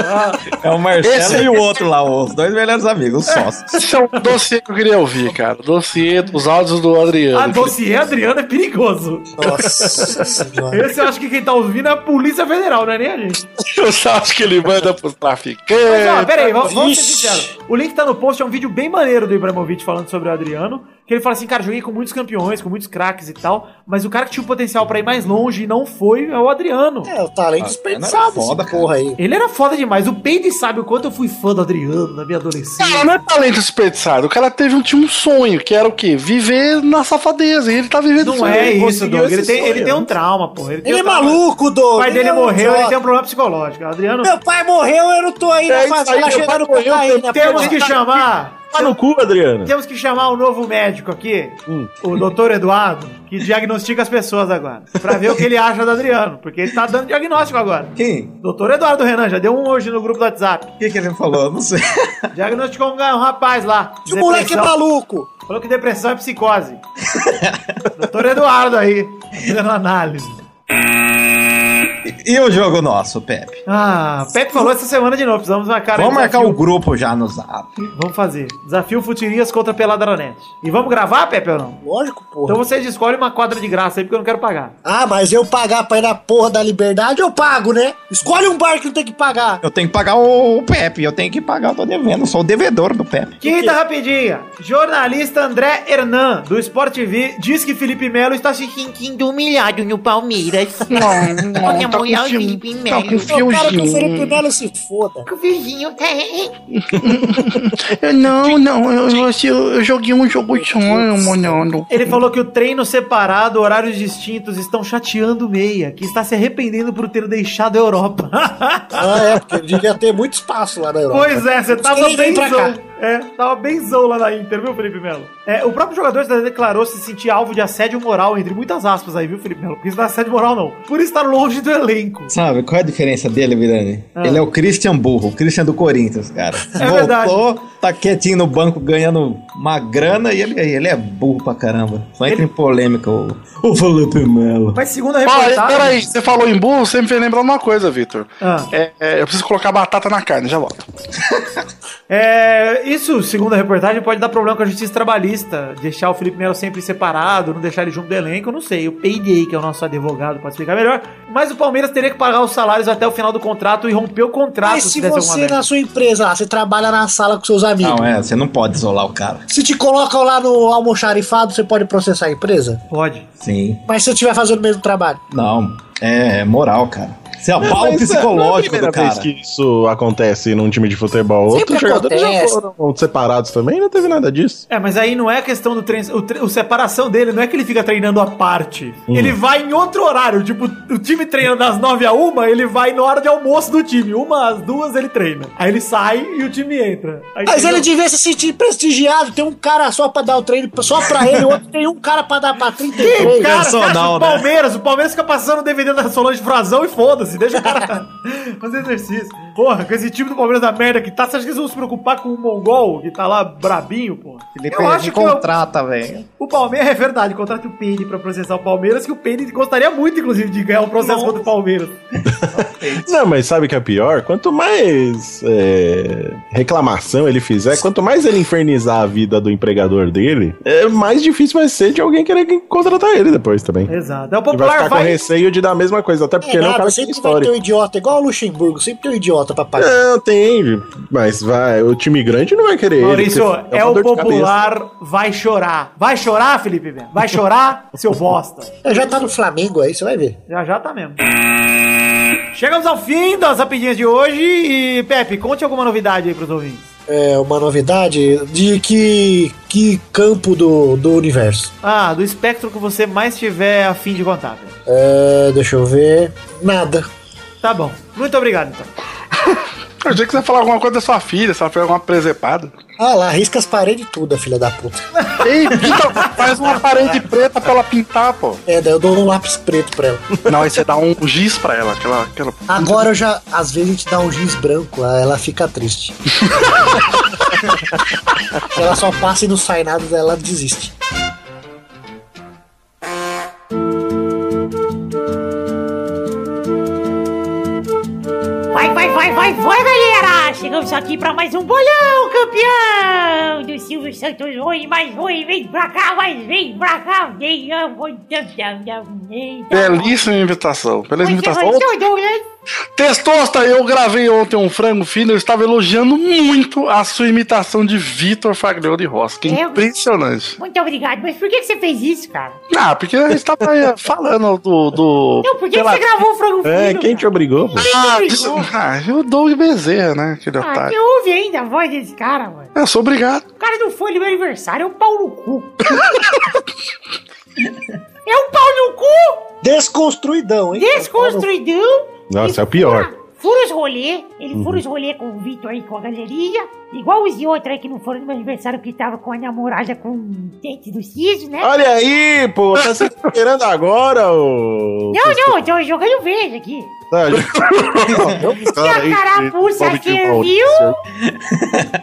D: Ah,
B: É o Marcelo e o outro lá, os dois melhores amigos, sócios.
E: Esse é um dossiê que eu queria ouvir, cara. Dossiê, os áudios do
D: A
E: Adriano.
D: ah, dossiê Adriano é perigoso.
A: [laughs] Nossa senhora.
D: Esse eu acho que quem tá ouvindo é a Polícia Federal, não é nem a gente.
E: [laughs] Os áudios que ele manda
D: Mas,
E: pros
D: ó,
E: traficantes.
D: pera aí, vamos, vamos ser
A: É, tá, Ixi.
D: sinceros. O link tá no post, é um vídeo bem maneiro do Ibrahimovic falando sobre o Adriano. Que ele fala assim, cara, joguei com muitos campeões, com muitos craques e tal, mas o cara que tinha o potencial pra ir mais longe e não foi é o Adriano.
A: É, o talento desperdiçado,
B: foda, cara.
A: essa porra aí.
D: Ele era foda demais. O Peide sabe o quanto eu fui fã do Adriano na minha adolescência.
E: Cara, não é talento desperdiçado. O cara teve um, tinha um sonho, que era o quê? Viver na safadeza. E ele tá vivendo
D: Não
E: isso
D: é
E: aí.
D: isso,
B: conseguiu
D: Doug. Ele
B: esse
D: tem, ele
B: sonho.
D: tem um trauma, porra. tem
A: Ele é
D: um trauma.
A: maluco,
D: O
A: Doug.
D: pai dele
A: é um
D: morreu, ele
A: idiota.
D: tem um problema psicológico. Adriano,
A: Meu pai morreu, eu não tô aí
E: É
A: na tá
E: isso
A: favela
E: aí, meu
A: cheirando
E: pai morreu,
A: cocaína.
D: temos
A: porra.
D: que chamar.
H: Tá no cu, Adriano.
D: Temos que chamar o novo médico aqui, o doutor Eduardo, que diagnostica as pessoas agora. Pra ver o que ele acha do Adriano, porque ele tá dando diagnóstico agora.
B: Quem?
D: Doutor Eduardo Renan, já deu um hoje no grupo do WhatsApp.
B: O que, que ele falou? Eu Não sei.
D: Diagnosticou um, ga- um rapaz lá.
A: Que moleque é
D: depressão.
A: maluco.
D: Falou que depressão é psicose. doutor Eduardo aí, fazendo análise.
B: E o jogo nosso, Pepe?
D: Ah, o Pepe falou essa semana de novo, precisamos marcar aí
B: Vamos
D: um
B: marcar
D: desafio.
B: o grupo já no zap.
D: Vamos fazer. Desafio Futirias contra Peladranet. E vamos gravar, Pepe, ou não?
A: Lógico, porra.
D: Então vocês escolhem uma quadra de graça aí, porque eu não quero pagar.
A: Ah, mas eu pagar pra ir na porra da liberdade, eu pago, né? Escolhe um bar que não tem que pagar.
B: Eu tenho que pagar o, o Pepe, eu tenho que pagar, eu tô devendo, eu sou o devedor do Pepe.
D: Quinta rapidinha. Jornalista André Hernan, do Sport TV, diz que Felipe Melo está se sentindo humilhado no Palmeiras.
E: [laughs] Não, tá com
F: mulher,
E: fio-
F: Felipe
E: tá
F: Melo.
E: com
A: Eu quero que o Felipe
E: fiozinho.
A: Melo se foda.
F: O vizinho tem.
E: Não, não, eu, eu- eu joguei um jogo de sonho, mano.
D: Ele falou que o treino separado, horários distintos, estão chateando o meia, que está se arrependendo por ter deixado a Europa. [laughs]
A: Ah, é, porque ele devia ter muito espaço lá na Europa.
D: Pois é, você tava
A: Ele vem pra
D: benzão. É, tava benzão lá na Inter, viu, Felipe Melo? É, o próprio jogador já declarou se sentir alvo de assédio moral, entre muitas aspas aí, viu, Felipe Melo? Porque isso não é assédio moral, não. Por estar longe do elenco.
B: Sabe qual é a diferença dele, Virani?
D: Ah. É
B: Ele é o Christian Burro, o Christian do Corinthians, cara. Voltou,
D: verdade.
B: tá quietinho no banco ganhando uma grana e ele, ele é burro pra caramba. Só entra em polêmica o, o Felipe Melo.
D: Mas segundo a
E: Peraí,
D: reportagem...
E: peraí, você falou em burro, você me fez lembrar uma coisa, Vitor.
D: Ah.
E: É, é, eu preciso colocar batata na carne, já volto.
D: É, isso, segundo a reportagem, pode dar problema com a justiça trabalhista. Deixar o Felipe Melo sempre separado, não deixar ele junto do elenco, eu não sei. O PDA, que é o nosso advogado, pode explicar melhor. Mas o Palmeiras teria que pagar os salários até o final do contrato e romper o contrato
A: Mas se
D: fizesse alguma
A: você,
D: merda.
A: na sua empresa lá, você trabalha na sala com seus amigos.
B: Não, é, você não pode isolar o cara.
A: Se te colocam lá no almoxarifado, você pode processar a empresa?
D: Pode.
B: Sim.
A: Mas se eu estiver fazendo o mesmo trabalho?
B: Não, é, é moral, cara. Você é o pau psicológico
H: não é a
B: do
H: primeira vez
B: cara.
H: que isso acontece num time de futebol.
A: Sempre
H: Outros jogadores já
A: acontece.
H: foram separados também, não teve nada disso.
D: É, mas aí não é questão do treino. O, tre- o separação dele não é que ele fica treinando à parte. Ele vai em outro horário. Tipo, o time treina das nove a uma, ele vai na hora de almoço do time. Uma às duas ele treina. Aí ele sai e o time entra. Aí
A: Mas
D: entendeu?
A: ele devia se sentir prestigiado. Tem um cara só pra dar o treino só pra ele, o outro tem um cara pra dar pra 33.
D: Cara, você acha
B: Personal,
D: o
B: né?
D: Palmeiras, o Palmeiras fica passando o DVD da Solange Frazão e foda-se, deixa o cara [laughs] fazer exercício. Porra, com esse time do Palmeiras da merda que tá, você acha que eles vão se preocupar com o Mongol que tá lá brabinho, porra?
B: Felipe,
D: Eu acho que eu-
B: contrata, velho.
D: O Palmeiras, é verdade, contrata o Peine pra processar o Palmeiras, que o Peine gostaria muito, inclusive, de ganhar o processo contra o Palmeiras.
H: Não, mas sabe o que é pior? Quanto mais é, reclamação ele fizer, quanto mais ele infernizar a vida do empregador dele, é mais difícil vai ser de alguém querer contratar ele depois também.
D: Exato. É o
H: E vai
D: popular
H: ficar com
D: vai.
H: receio de dar a mesma coisa, até porque
A: É
H: não é um
A: nada,
H: cara sem
A: sempre vai ter
H: história.
A: um idiota, igual o Luxemburgo, sempre tem um idiota pra pagar.
H: Não, tem, mas vai, o time grande não vai querer
D: Maurício,
H: ele. porque
D: é o
H: uma dor de cabeça.
D: popular vai chorar. Vai chorar, Felipe Melo? Vai chorar, seu bosta.
A: É, Já tá no Flamengo aí, você vai ver.
D: Já já tá mesmo. Chegamos ao fim das rapidinhas de hoje e, Pepe, conte alguma novidade aí pros ouvintes.
A: É uma novidade de que, que campo do, do universo.
D: Ah, do espectro que você mais tiver a fim de contar. Pepe.
A: É, deixa eu ver. Nada.
D: Tá bom. Muito obrigado, então.
E: Eu achei que você ia falar alguma coisa da sua filha, se ela fez alguma presepada.
A: Ah lá, risca as paredes tudo, a filha da puta.
E: Ei, pinta, Então, faz uma parede preta pra ela pintar, pô.
A: É, daí eu dou um lápis preto pra ela.
E: Não, aí você dá um giz pra ela, aquela. aquela...
A: Agora eu já, às vezes a gente dá um giz branco, aí ela fica triste. [laughs] ela só passa e não sai nada, daí ela desiste.
F: Vai, vai, vai, vai, vai, galera! Chegamos aqui pra mais um bolão, campeão! Do Silvio Santos, oi, mais oi, vem pra cá, mas vem pra cá, vem, eu vou...
E: Belíssima invitação. Belíssima invitação.
F: Você gostou, Douglas?
E: Testosta, eu gravei ontem um frango fino, eu estava elogiando muito a sua imitação de Vitor Faglione de Ross. Que
F: Eu?
E: impressionante.
F: Muito obrigado, mas por que que você fez isso, cara?
E: Ah, porque a gente tava eh, falando do. do...
F: Não, por que, que você gravou o frango fino?
H: É, quem
F: cara?
H: te obrigou? pô?
E: Ah,
F: Ui,
E: des-
F: ô.
E: ah, eu dou de Bezerra, né? Aquele
F: Ah, que
E: otário.
F: ouve ainda a voz desse cara, mano?
E: Eu sou obrigado.
F: O cara não foi no meu aniversário, é um pau no cu. [laughs] é um pau no cu,
A: Desconstruidão, hein?
F: desconstruidão.
H: Nossa, é o
F: Fura,
H: pior. Uhum.
F: fura os rolê, ele fura os rolê com o Vitor aí, com a galeria. Igual os de outros aí que não foram no meu aniversário, que tava com a namorada com o dente do siso, né?
H: Olha aí, pô, tá se esperando agora, ô.
F: não, não, eu tô jogando verde aqui.
H: Tá, [laughs] gente.
F: Se a carapuça
H: Pobre de
F: serviu...
H: Maurício. [laughs]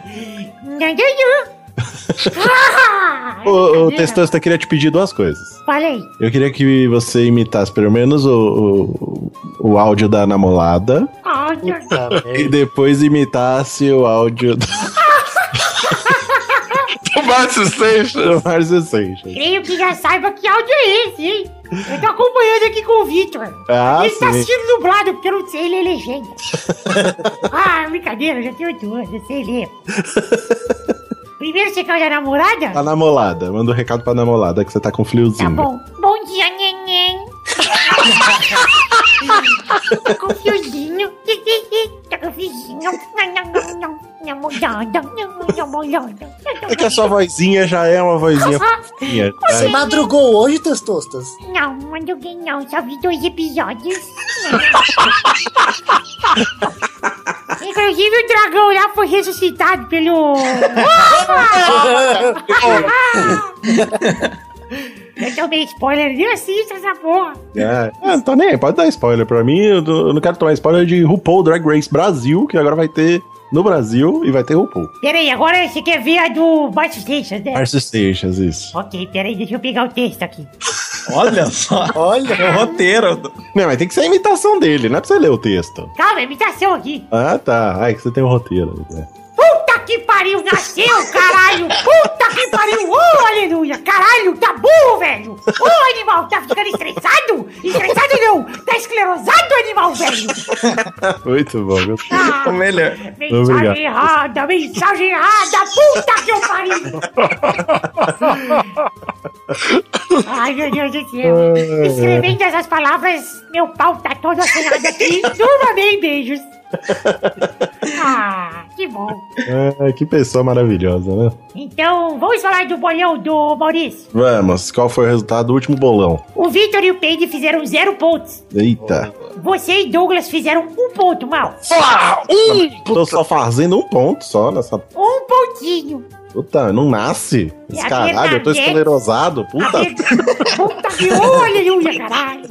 H: Ô, ô, Testosta, eu queria te pedir duas coisas.
F: Ah, Falei.
H: Eu queria que você imitasse pelo menos o, o, o áudio da namorada
F: Ah, meu Deus.
A: Puta merda.
H: e depois imitasse o áudio do
E: [laughs]
H: [laughs]
E: O Márcio Seixas.
H: do Márcio Seixas.
F: creio que já saiba que áudio é esse, hein? Eu tô acompanhando aqui com o Vitor.
H: Ah,
F: ele tá
H: sim.
F: assistindo dublado, porque eu não sei ler legenda. ah, brincadeira, eu já tenho oito anos, eu sei ler. Primeiro você causa a namorada?
H: A namorada, manda um recado pra namorada que você tá com
F: Tá
H: friozinho.
F: bom. Bom dia, neném. Tá com fiozinho. Tá com fiozinho. Namorada. Namorada.
H: É que a sua vozinha já é uma vozinha fofinha.
A: Você
H: tá?
A: madrugou hoje, Testostas?
F: Não, mando que não, só vi dois episódios. Inclusive o dragão lá foi ressuscitado pelo. Eu tomei spoiler, nem assista essa porra.
H: É. Ah, não tô nem aí, pode dar spoiler pra mim. Eu, não- eu não quero tomar spoiler de RuPaul Drag Race Brasil, que agora vai ter no Brasil e vai ter RuPaul.
F: Peraí, agora você quer ver a do Baixo Seixas, né?
H: Márcio Seixas, isso.
F: Ok, peraí, deixa eu pegar o texto aqui.
B: Olha [laughs] só.
A: Olha,
B: O roteiro.
H: Não, mas tem que ser a imitação dele, não é pra você ler o texto.
F: Calma, é imitação aqui.
H: Ah, tá. Ah, é que você tem o roteiro. né? [laughs]
F: Puta que pariu, nasceu, caralho! Puta que pariu! Ô, aleluia! Caralho, tá burro, velho! Ô, animal, tá ficando estressado? Estressado não! Tá esclerosado, animal, velho!
H: Muito bom, gostei.
B: O
F: Ah,
B: melhor.
F: mensagem
H: Obrigado.
F: errada, mensagem errada! Puta que eu pariu! Ai, meu Deus do céu! Escrevendo essas palavras, meu pau tá todo assinado aqui. Durma bem, beijos! Ah, que bom!
H: Ah, que pessoa maravilhosa, né?
F: Então, vamos falar do bolhão do Maurício.
H: Vamos, qual foi o resultado do último bolão?
F: O Victor e o Peide fizeram zero pontos.
H: Eita.
F: Você e Douglas fizeram um ponto, mal.
E: Ah, um!
H: Tô só fazendo um ponto só nessa.
F: Um pontinho.
H: Puta, não nasce. Esse
F: É a
H: caralho, eu tô
F: Bernadette.
H: esclerosado.
F: A
H: Puta.
F: Ver- Puta que aleluia, caralho.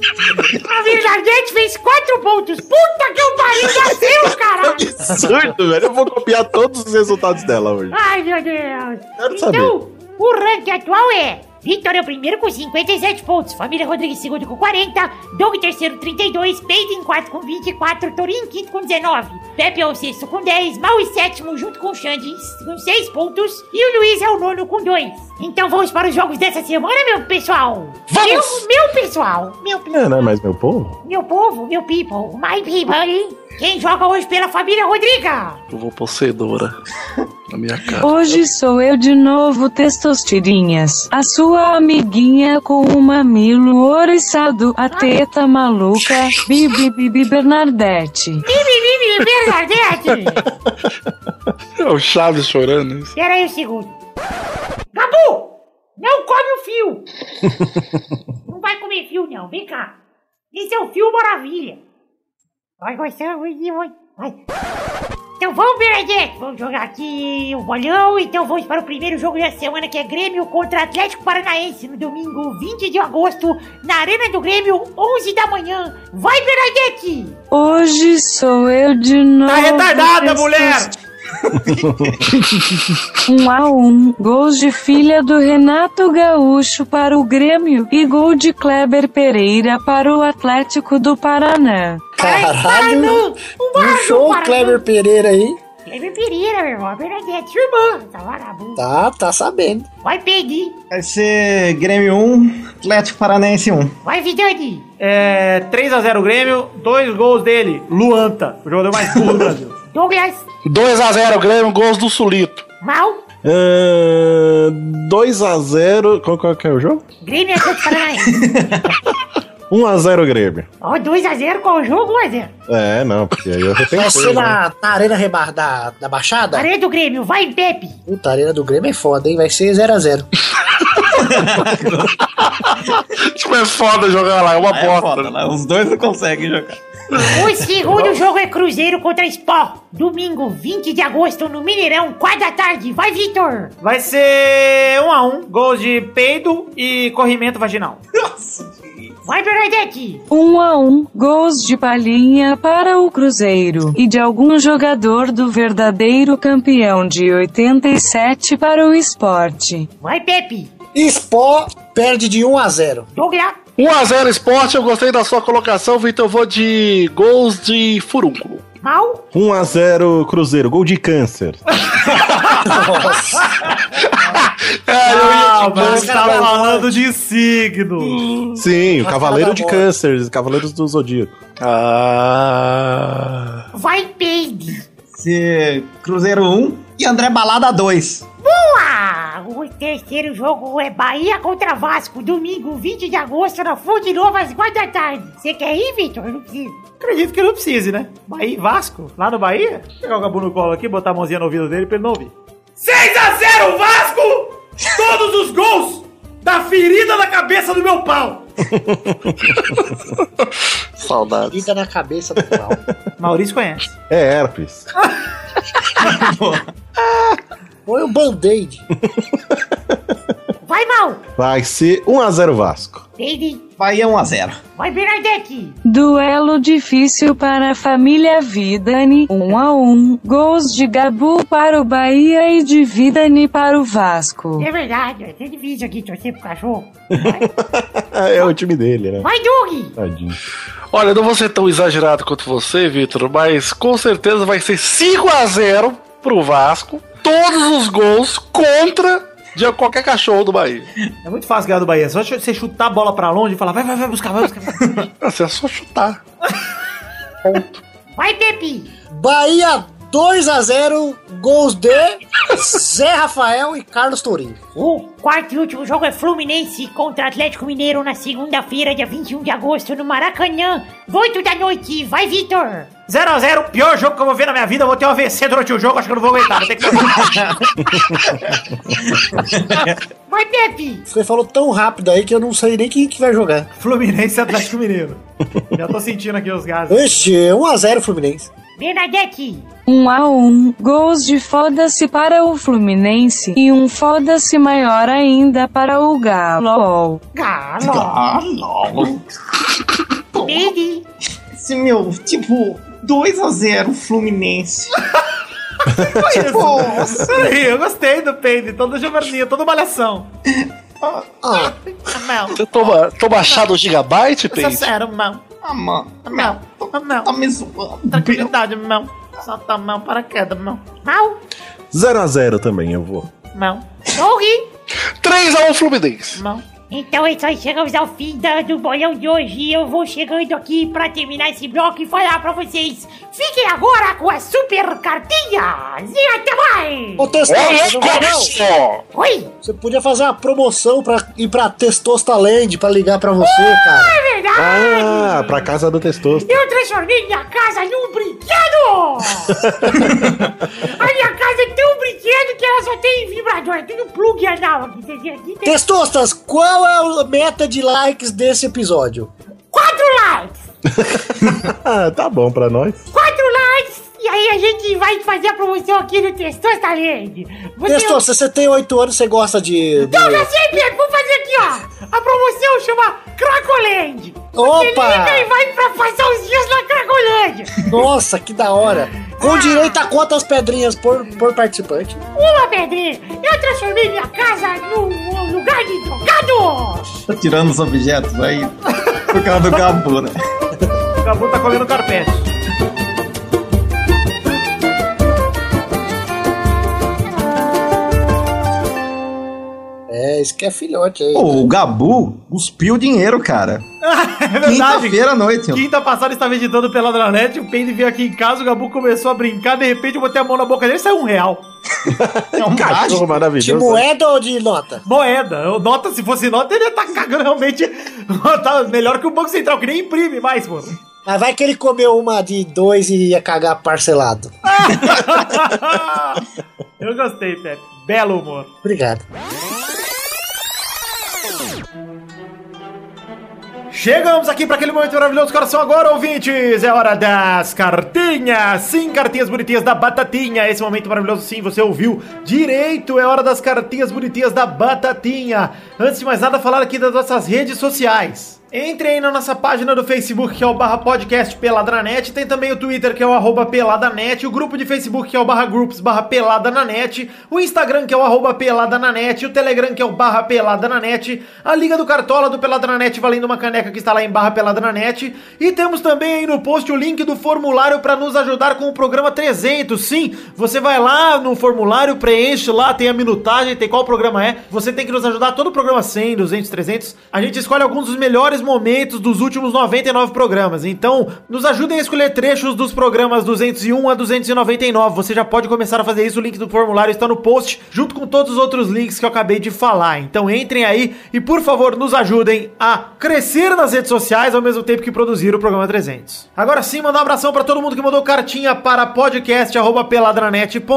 F: A Bernadette fez quatro pontos. Puta que o pariu, nasceu, caralho.
H: Absurdo, velho. Eu vou copiar todos os resultados dela hoje.
F: Ai, meu Deus.
H: Quero saber.
F: Então, o ranking atual é... Vitor é o primeiro com 57 pontos, Família Rodrigues segundo com 40, Doug terceiro 32, Peide em quarto com 24, Torinho em quinto com 19, Pepe é o sexto com 10, Mal e sétimo junto com o Xande com 6 pontos e o Luiz é o nono com 2. Então vamos para os jogos dessa semana, meu pessoal!
E: Vamos!
F: Meu, meu pessoal! Meu,
H: É, não é mais meu povo?
F: meu povo, meu people, my people! Quem joga hoje pela Família Rodriga?
E: Eu vou pôr cenoura na minha cara.
J: Hoje sou eu de novo, Testostirinhas, a sua amiguinha com o mamilo oriçado, a teta maluca, Bibi Bibi Bernadette.
F: Bibi, bibi, Bernadette!
E: É o Chaves chorando. isso.
F: Espera aí um segundo. Gabu! Não come
A: [laughs]
F: o fio! não vai comer fio, não. Vem cá. Esse é o fio maravilha. Vai gostando, vai, vai. vai. Então vamos, Bernadette, vamos jogar aqui o bolão. Então vamos para o primeiro jogo da semana, que é Grêmio contra Atlético Paranaense, no domingo 20 de agosto, na Arena do Grêmio, 11 da manhã. Vai, Bernadette!
J: Hoje sou eu de novo.
D: retardada,
J: testos-
D: Tá mulher!
J: Um a um, gols de filha do Renato Gaúcho para o Grêmio e gol de Kleber Pereira para o Atlético do Paraná.
A: Caralho!
F: Paraná! Um
A: Um
F: barco,
A: show,
F: Paraná!
A: Kleber Pereira aí.
F: Kleber Pereira, meu irmão, a Bernadette, sua irmã, tá vagabundo.
A: Tá, tá sabendo.
F: Vai, Pedro,
B: Vai ser Grêmio 1, Atlético Paranaense 1.
F: vai, Vidani.
D: É, 3x0 Grêmio, dois gols dele, Luanta, o jogador mais burro do Brasil.
F: Douglas,
E: 2x0 Grêmio, gols do Sulito.
F: mal,
H: É, 2x0. Qual, qual que é o jogo?
F: Grêmio e Atlético Paranaense.
H: 1x0 Grêmio.
F: Ó, 2x0 com o jogo, 1x0.
H: É, não, porque aí eu
A: Você
H: repensei. né?
A: na, na Arena Rebar da, da Baixada?
F: Arena do Grêmio, vai, Pepe.
A: Puta, a Arena do Grêmio é foda, hein? Vai ser [laughs] 0x0.
E: Tipo, é foda jogar lá, é uma
B: Aí é
E: bosta.
B: foda, lá, os dois não conseguem jogar.
F: O segundo jogo é Cruzeiro contra Sport. Domingo, 20 de agosto, no Mineirão, 4 da tarde. Vai, Vitor!
D: Vai ser 1x1, gols de peido e corrimento vaginal.
F: Vai, Bernadette!
J: Um a um, gols de palhinha para o Cruzeiro e de algum jogador do verdadeiro campeão de 87 para o esporte.
F: Vai, Pepe!
A: Spó perde de 1x0.
F: Douglas!
E: 1x0 Esporte, eu gostei da sua colocação, Vitor. Eu vou de gols de furúnculo.
F: Mal!
H: 1x0 Cruzeiro, gol de câncer.
E: É, eu ia de
A: mas
E: câncer.
A: tá cara-
D: falando de signo.
H: Sim, o Cavaleiro de
A: bola.
H: Câncer, Cavaleiros do Zodíaco.
E: Ah.
F: Vai, Peide!
B: Se Cruzeiro 1 e André Balada 2.
F: Boa! O terceiro jogo é Bahia contra Vasco, domingo, 20 de agosto, na Fonte Nova, às 4 da tarde. Você quer ir, Vitor? Eu não preciso.
D: Acredito que não precise, né? Bahia, Vasco, lá no Bahia. Pegar o Gabu no colo aqui, botar a mãozinha no ouvido dele pra ele não ouvir. 6x0 Vasco! Todos os gols da ferida na cabeça do meu pau.
E: Saudade.
A: Ida na cabeça do pau.
D: Maurício conhece.
H: É herpes.
A: Põe o band-aid.
F: Vai, Mal!
H: Vai ser 1x0 Vasco. [laughs]
F: Peide!
B: Bahia 1x0.
F: Vai, Bernadette!
J: Duelo difícil para a família Vidani, 1 a 1. Gols de Gabu para o Bahia e de Vidani para o Vasco.
F: É verdade, é difícil aqui torcer pro cachorro. Vai,
H: é o time dele, né?
F: Vai Doug!
H: Tadinho.
E: Olha, eu não vou ser tão exagerado quanto você, Vitor, mas com certeza vai ser 5x0 pro Vasco. Todos os gols contra de qualquer cachorro do Bahia.
D: É muito fácil ganhar do Bahia. Só você chutar a bola pra longe e falar, vai, vai, vai buscar, vai buscar. [laughs]
E: Assim, é só chutar.
F: Vai, Pepe!
A: Bahia 2x0, gols de Zé Rafael e Carlos Tourinho.
F: O quarto e último jogo é Fluminense contra Atlético Mineiro na segunda-feira, dia 21 de agosto, no Maracanã, 8 da noite. Vai, Vitor!
D: 0x0, pior jogo que eu vou ver na minha vida. Eu vou ter um AVC durante o jogo, acho que eu não vou aguentar. Vou ter que
F: Vai, Pepe!
A: Você falou tão rápido aí que eu não sei nem quem que vai jogar.
D: Fluminense e Atlético Mineiro. Já tô sentindo aqui os gases.
A: Vixe, 1x0 Fluminense.
F: Bernadette!
J: 1 a 1. Gols de foda-se para o Fluminense e um foda-se maior ainda para o Galo.
F: Galo!
B: Ah, não.
F: Peide!
B: Esse meu, tipo, 2x0 Fluminense. tipo,
D: [laughs] Peraí, eu gostei do Peide, toda Giovanninha, toda é malhação.
A: Ah,
D: Não,
E: Você toma, toma achado gigabyte,
D: isso
E: Pedro?
D: sério, não.
B: ah, mano,
D: Não, não.
B: tá me zoando.
D: Tranquilidade, não. Solta a mão para a queda, não.
F: Mal!
H: 0x0 também, eu vou.
D: Não,
F: Doug!
E: 3x1 Fluminense.
D: não.
F: Então é isso aí, chegamos ao fim da- do bolão de hoje. Eu vou chegando aqui pra terminar esse bloco e falar pra vocês: fiquem agora com a super cartinhas e até mais!
A: ô Testosta, você não vai não?
E: só!
F: Oi!
A: Você podia fazer uma promoção pra ir pra Testostaland pra ligar pra você, cara.
F: É verdade!
H: Ah, pra casa do Testoso. [laughs]
F: Eu transformei minha casa num brinquedo! a minha casa é tão brinquedo que ela só tem vibrador, é tudo plug anal aqui, você vê aqui tem
A: Testostas, qual é a meta de likes desse episódio?
F: quatro likes!
H: Ah, tá bom pra nós.
F: Quatro likes! E aí a gente vai fazer a promoção aqui do Testosta Lady. Você-
A: Nestor, se você tem 8 anos, você gosta de. de-
F: Então já sei, Pedro, vou fazer aqui, ó. A promoção chama Cracolândia. Você
A: Opa!
F: liga e vai pra passar os dias na Cracolândia.
A: Nossa, que da hora! Com direito a quantas pedrinhas por, por participante?
F: Uma pedrinha. Eu transformei minha casa num num lugar de drogados.
B: Tá tirando os objetos aí. Por causa do Gabu, né?
D: O Gabu tá comendo carpete.
A: É, isso que é filhote aí.
B: Pô, o Gabu cuspiu dinheiro, cara.
D: É verdade.
B: Quinta-feira à noite. ó.
D: Quinta passada eu estava editando pela Dranete, o Peide veio aqui em casa, o Gabu começou a brincar, de repente eu botei a mão na boca dele e saiu um real.
B: É um
H: Cachorro
A: De
H: maravilhoso. né?
A: moeda ou de nota?
D: Moeda. Eu- Nota, se fosse nota, ele ia tá cagando realmente. [laughs] tá melhor que o Banco Central, que nem imprime mais, mano. [laughs]
A: Mas vai que ele comeu uma de dois e ia cagar parcelado.
D: eu gostei, Pepe. Belo humor.
A: Obrigado.
D: Chegamos aqui para aquele momento maravilhoso do coração agora, ouvintes! É hora das cartinhas! Sim, cartinhas bonitinhas da Batatinha! Esse momento maravilhoso, sim, você ouviu direito! É hora das cartinhas bonitinhas da Batatinha! Antes de mais nada, falar aqui das nossas redes sociais. Entrem aí na nossa página do Facebook, que é o barra podcast Peladranet. Tem também o Twitter, que é o arroba Peladanet. O grupo de Facebook, que é o barra groups barra Pelada na Net. O Instagram, que é o arroba Pelada na Net. O Telegram, que é o barra Pelada na Net. A Liga do Cartola do Pelada na Net, valendo uma caneca que está lá em barra Pelada na Net. E temos também aí no post o link do formulário para nos ajudar com o programa 300. Sim, você vai lá no formulário, preenche lá, tem a minutagem, tem qual programa é. Você tem que nos ajudar todo o programa 100, 200, 300. A gente escolhe alguns dos melhores momentos dos últimos 99 programas. Então, nos ajudem a escolher trechos dos programas 201 a 299. Você já pode começar a fazer isso. O link do formulário está no post, junto com todos os outros links que eu acabei de falar. Então, entrem aí e, por favor, nos ajudem a crescer nas redes sociais ao mesmo tempo que produzir o programa 300. Agora sim, mandar um abração para todo mundo que mandou cartinha para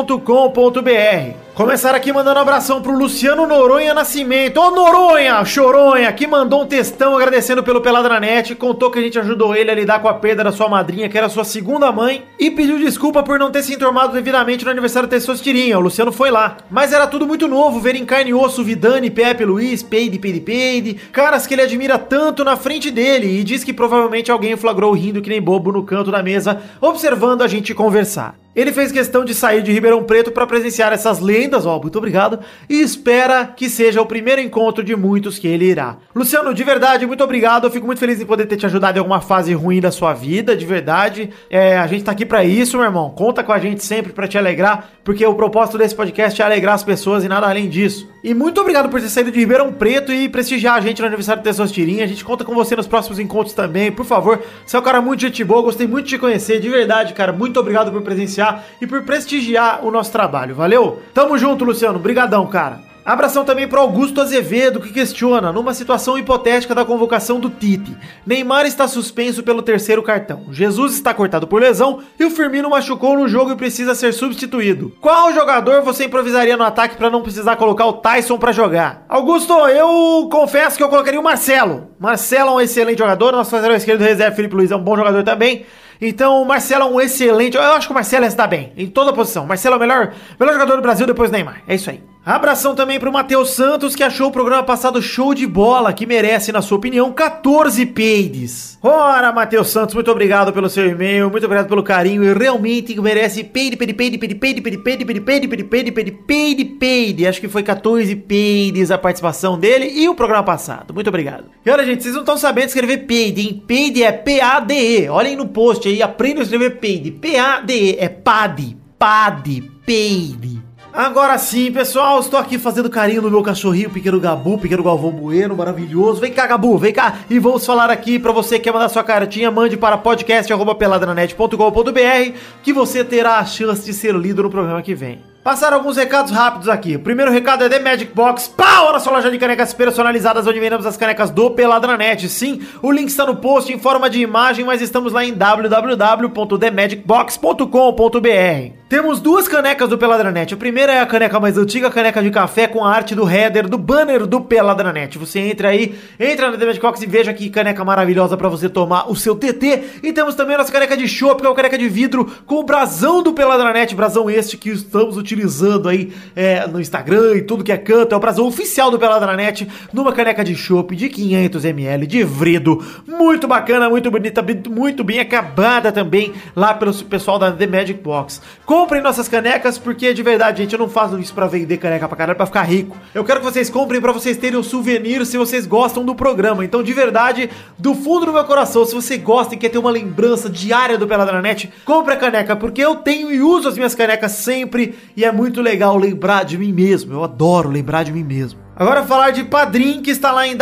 D: podcast@peladranet.com.br. Começar aqui mandando um abração pro Luciano Noronha Nascimento. Ô Noronha, choronha, que mandou um textão agradecendo pelo Peladranet, contou que a gente ajudou ele a lidar com a perda da sua madrinha, que era sua segunda mãe, e pediu desculpa por não ter se informado devidamente no aniversário da Testosterinha. O Luciano foi lá. Mas era tudo muito novo, ver em carne e osso Vidani, Pepe, Luiz, Peide, Peide, Peide, caras que ele admira tanto na frente dele, e diz que provavelmente alguém o flagrou rindo que nem bobo no canto da mesa, observando a gente conversar. Ele fez questão de sair de Ribeirão Preto para presenciar essas lendas, ó, muito obrigado, e espera que seja o primeiro encontro de muitos que ele irá. Luciano, de verdade, muito obrigado, eu fico muito feliz em poder ter te ajudado em alguma fase ruim da sua vida, de verdade. É, a gente tá aqui para isso, meu irmão. Conta com a gente sempre para te alegrar, porque o propósito desse podcast é alegrar as pessoas e nada além disso. E muito obrigado por ter saído de Ribeirão Preto e prestigiar a gente no aniversário do suas tirinhas. A gente conta com você nos próximos encontros também, por favor. Você é um cara muito gente boa, gostei muito de te conhecer, de verdade, cara. Muito obrigado por presenciar e por prestigiar o nosso trabalho, valeu? Tamo junto, Luciano. Brigadão, cara. Abração também pro Augusto Azevedo, que questiona, numa situação hipotética da convocação do Tite, Neymar está suspenso pelo terceiro cartão, Jesus está cortado por lesão e o Firmino machucou no jogo e precisa ser substituído. Qual jogador você improvisaria no ataque para não precisar colocar o Tyson para jogar? Augusto, eu confesso que eu colocaria o Marcelo. Marcelo é um excelente jogador, nosso lateral esquerdo reserva Felipe Luiz é um bom jogador também. Então, o Marcelo é um excelente. Eu acho que o Marcelo está bem, em toda posição. Marcelo é o melhor, melhor jogador do Brasil depois do Neymar. É isso aí. Abração também pro Matheus Santos, que achou o programa passado show de bola, que merece, na sua opinião, 14 peides. Ora, Matheus Santos, muito obrigado pelo seu e-mail, muito obrigado pelo carinho, e realmente merece peide, peide, peide, peide, peide, peide, peide, peide, peide, peide, peide, peide, peide, peide. Acho que foi 14 peides a participação dele e o programa passado. Muito obrigado. E olha, gente, vocês não estão sabendo escrever peide, hein? Peide é P-A-D-E. Olhem no post aí, aprendam a escrever peide. P-A-D-E, é PAD, PAD, peide. Agora sim, pessoal, estou aqui fazendo carinho no meu cachorrinho, pequeno Gabu, pequeno Galvão Bueno, maravilhoso. Vem cá, Gabu, vem cá. E vamos falar aqui para você que quer mandar sua cartinha, mande para podcast@peladranet.com.br, que você terá a chance de ser lido no programa que vem. Passaram alguns recados rápidos aqui. O primeiro recado é The Magic Box. Pau! Olha só a loja de canecas personalizadas onde vendemos as canecas do Peladranet. Sim, o link está no post em forma de imagem, mas estamos lá em www.themagicbox.com.br. Temos duas canecas do Peladranet. A primeira é a caneca mais antiga, a caneca de café com a arte do header, do banner do Peladranet. Você entra aí, entra na The Magic Box e veja que caneca maravilhosa para você tomar o seu TT. E temos também a nossa caneca de chopp, que é uma caneca de vidro com o brasão do Peladranet, brasão este que estamos utilizando aí é, no Instagram e tudo que é canto. É o brasão oficial do Peladranet, numa caneca de chopp de 500ml, de vrido. Muito bacana, muito bonita, bi- muito bem acabada também, lá pelo pessoal da The Magic Box. Comprem nossas canecas, porque de verdade, gente, eu não faço isso pra vender caneca pra caralho, é pra ficar rico. Eu quero que vocês comprem pra vocês terem o souvenir se vocês gostam do programa. Então, de verdade, do fundo do meu coração, se você gosta e quer ter uma lembrança diária do Peladranet, compre a caneca, porque eu tenho e uso as minhas canecas sempre e é muito legal lembrar de mim mesmo. Eu adoro lembrar de mim mesmo. Agora falar de Padrim, que está lá em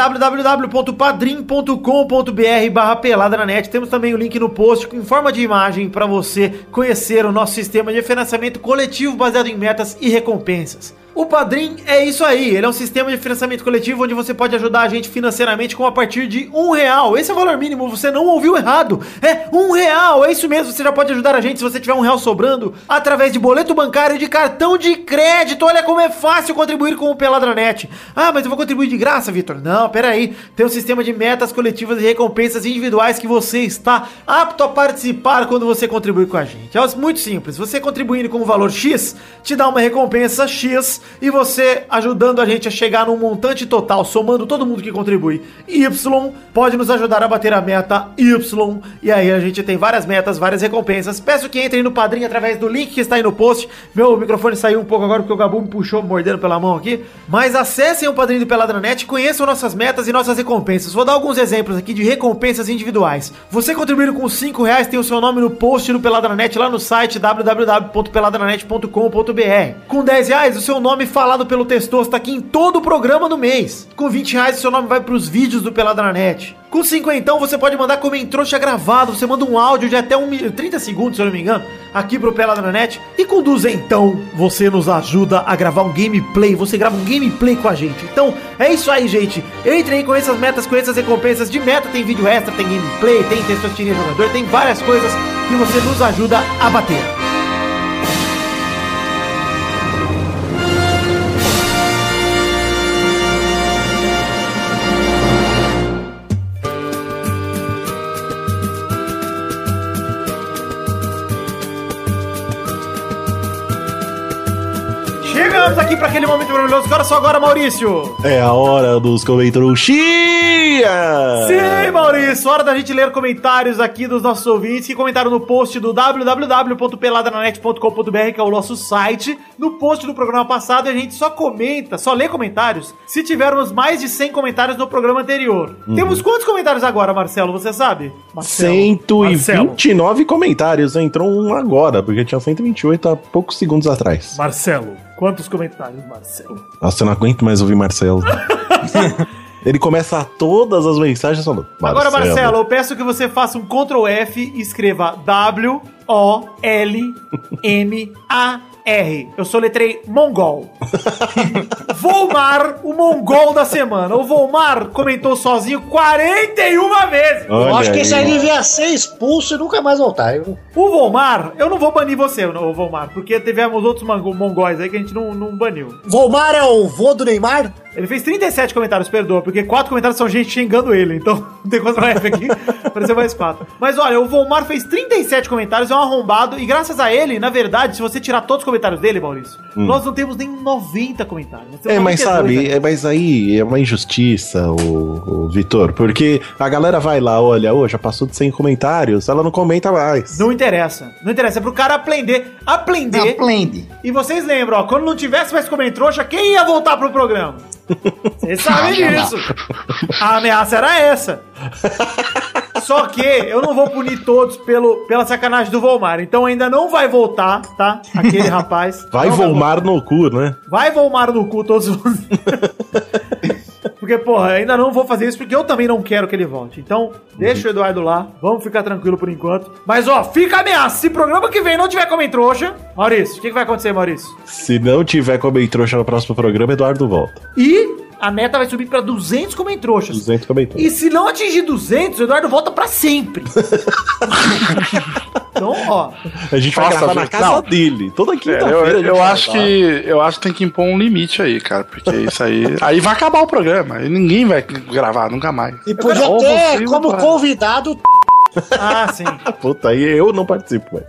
D: www.padrim.com.br barra pelada na net. Temos também o link no post em forma de imagem para você conhecer o nosso sistema de financiamento coletivo baseado em metas e recompensas. O Padrim é isso aí, ele é um sistema de financiamento coletivo onde você pode ajudar a gente financeiramente com a partir de um real. Esse é o valor mínimo, você não ouviu errado. É um real, é isso mesmo, você já pode ajudar a gente se você tiver um real sobrando através de boleto bancário e de cartão de crédito. Olha como é fácil contribuir com o Peladranet. Ah, mas eu vou contribuir de graça, Vitor. Não, peraí. Tem um sistema de metas coletivas e recompensas individuais que você está apto a participar quando você contribui com a gente. É muito simples. Você contribuindo com o valor X, te dá uma recompensa X e você ajudando a gente a chegar num montante total, somando todo mundo que contribui, Y, pode nos ajudar a bater a meta Y. E aí a gente tem várias metas, várias recompensas. Peço que entrem no padrinho através do link que está aí no post. Meu microfone saiu um pouco agora porque o Gabu me puxou mordendo pela mão aqui. Mas acessem o padrinho do Peladranet, conheçam nossas metas e nossas recompensas. Vou dar alguns exemplos aqui de recompensas individuais. Você contribuindo com 5 reais tem o seu nome no post do Peladranet lá no site www.peladranet.com.br. Com 10 reais, o seu nome falado pelo Testoso está aqui em todo o programa do mês. Com 20 reais, o seu nome vai para os vídeos do Peladranet. Com 50 então, você pode mandar como entrouxa gravado. Você manda um áudio de até um, mi- 30 segundos, se eu não me engano, aqui pro Peladranet. E com 200 então, você nos ajuda a gravar um gameplay. Você grava um gameplay com a gente. Então, é isso aí, gente. Entre aí com essas metas, com essas recompensas de meta. Tem vídeo extra, tem gameplay, tem textotirinha jogador, tem várias coisas que você nos ajuda a bater. Chegamos aqui para aquele momento maravilhoso. Agora só agora, Maurício.
H: É a hora dos comentrouxias!
D: Sim, Maurício, hora da gente ler comentários aqui dos nossos ouvintes que comentaram no post do www.peladananet.com.br, que é o nosso site, no post do programa passado, e a gente só comenta, só lê comentários se tivermos mais de 100 comentários no programa anterior. Temos quantos comentários agora, Marcelo, você sabe? Marcelo.
H: 129 comentários, entrou um agora, porque tinha 128 há poucos segundos atrás.
D: Marcelo, quantos comentários, Marcelo?
H: Nossa, eu não aguento mais ouvir
D: [laughs]
H: Marcelo. Ele começa todas as mensagens falando.
D: Agora, Marcelo, eu peço que você faça um Ctrl F e escreva W O L M A R. Eu soletrei Mongol. Volmar, o Mongol da semana. O Volmar comentou sozinho 41 vezes.
A: Eu
H: Olha
A: acho que
H: aí,
A: esse aí
H: mano.
A: devia ser expulso e nunca mais voltar. viu?
D: O Volmar, eu não vou banir você, o Volmar, porque tivemos outros mango- mongóis aí que a gente não, não baniu.
A: Volmar é o vô do Neymar?
D: Ele fez 37 comentários, perdoa, porque quatro comentários são gente xingando ele, então [laughs] não tem contra F aqui, apareceu mais quatro. Mas olha, o Volmar fez 37 comentários, é um arrombado, e graças a ele, na verdade, se você tirar todos os comentários dele, Maurício, nós não temos nem 90 comentários. nós temos
H: Hum. É, mas
D: 92
H: sabe,
D: aqui.
H: é, mas aí é uma injustiça, o, Vitor, porque a galera vai lá, olha, ô, já passou de 100 comentários, ela não comenta mais.
D: Não interessa, não interessa, é pro cara aprender, aprender.
B: Aplende.
D: E vocês lembram, ó, quando não tivesse mais comentrouxa, quem ia voltar pro programa? Vocês sabem disso. A ameaça era essa. Só que eu não vou punir todos pelo, pela sacanagem do Volmar. Então ainda não vai voltar, tá? Aquele rapaz.
H: Vai
D: Não
H: volmar no cu, né?
D: Vai voltar. Vai Volmar no cu todos vocês. Porque Porque, porra, ainda não vou fazer isso porque eu também não quero que ele volte. Então, deixa o Eduardo lá. Vamos ficar tranquilo por enquanto. Mas, ó, fica a ameaça. Se programa que vem não tiver como em trouxa, Maurício, o que, que vai acontecer, Maurício?
H: Se não tiver como trouxa no próximo programa, Eduardo volta.
D: E a meta vai subir pra 200 como em trouxas.
H: 200 como trouxa.
D: E se não atingir 200, o Eduardo volta pra sempre. então, ó,
H: A gente vai
E: Nossa,
H: gravar na
E: gente,
H: casa
E: não.
H: dele. Toda
E: É,
H: quinta-feira.
E: eu,
H: a gente
E: eu
H: vai
E: acho
H: gravar.
E: que eu acho que tem que impor um limite aí, cara, porque isso aí aí vai acabar o programa, aí ninguém vai gravar nunca mais.
A: E podia
E: quero- Ô,
A: ter
E: você,
A: como
E: rapaz.
A: convidado
D: ah, sim.
H: Ah, puta, aí eu não participo mais.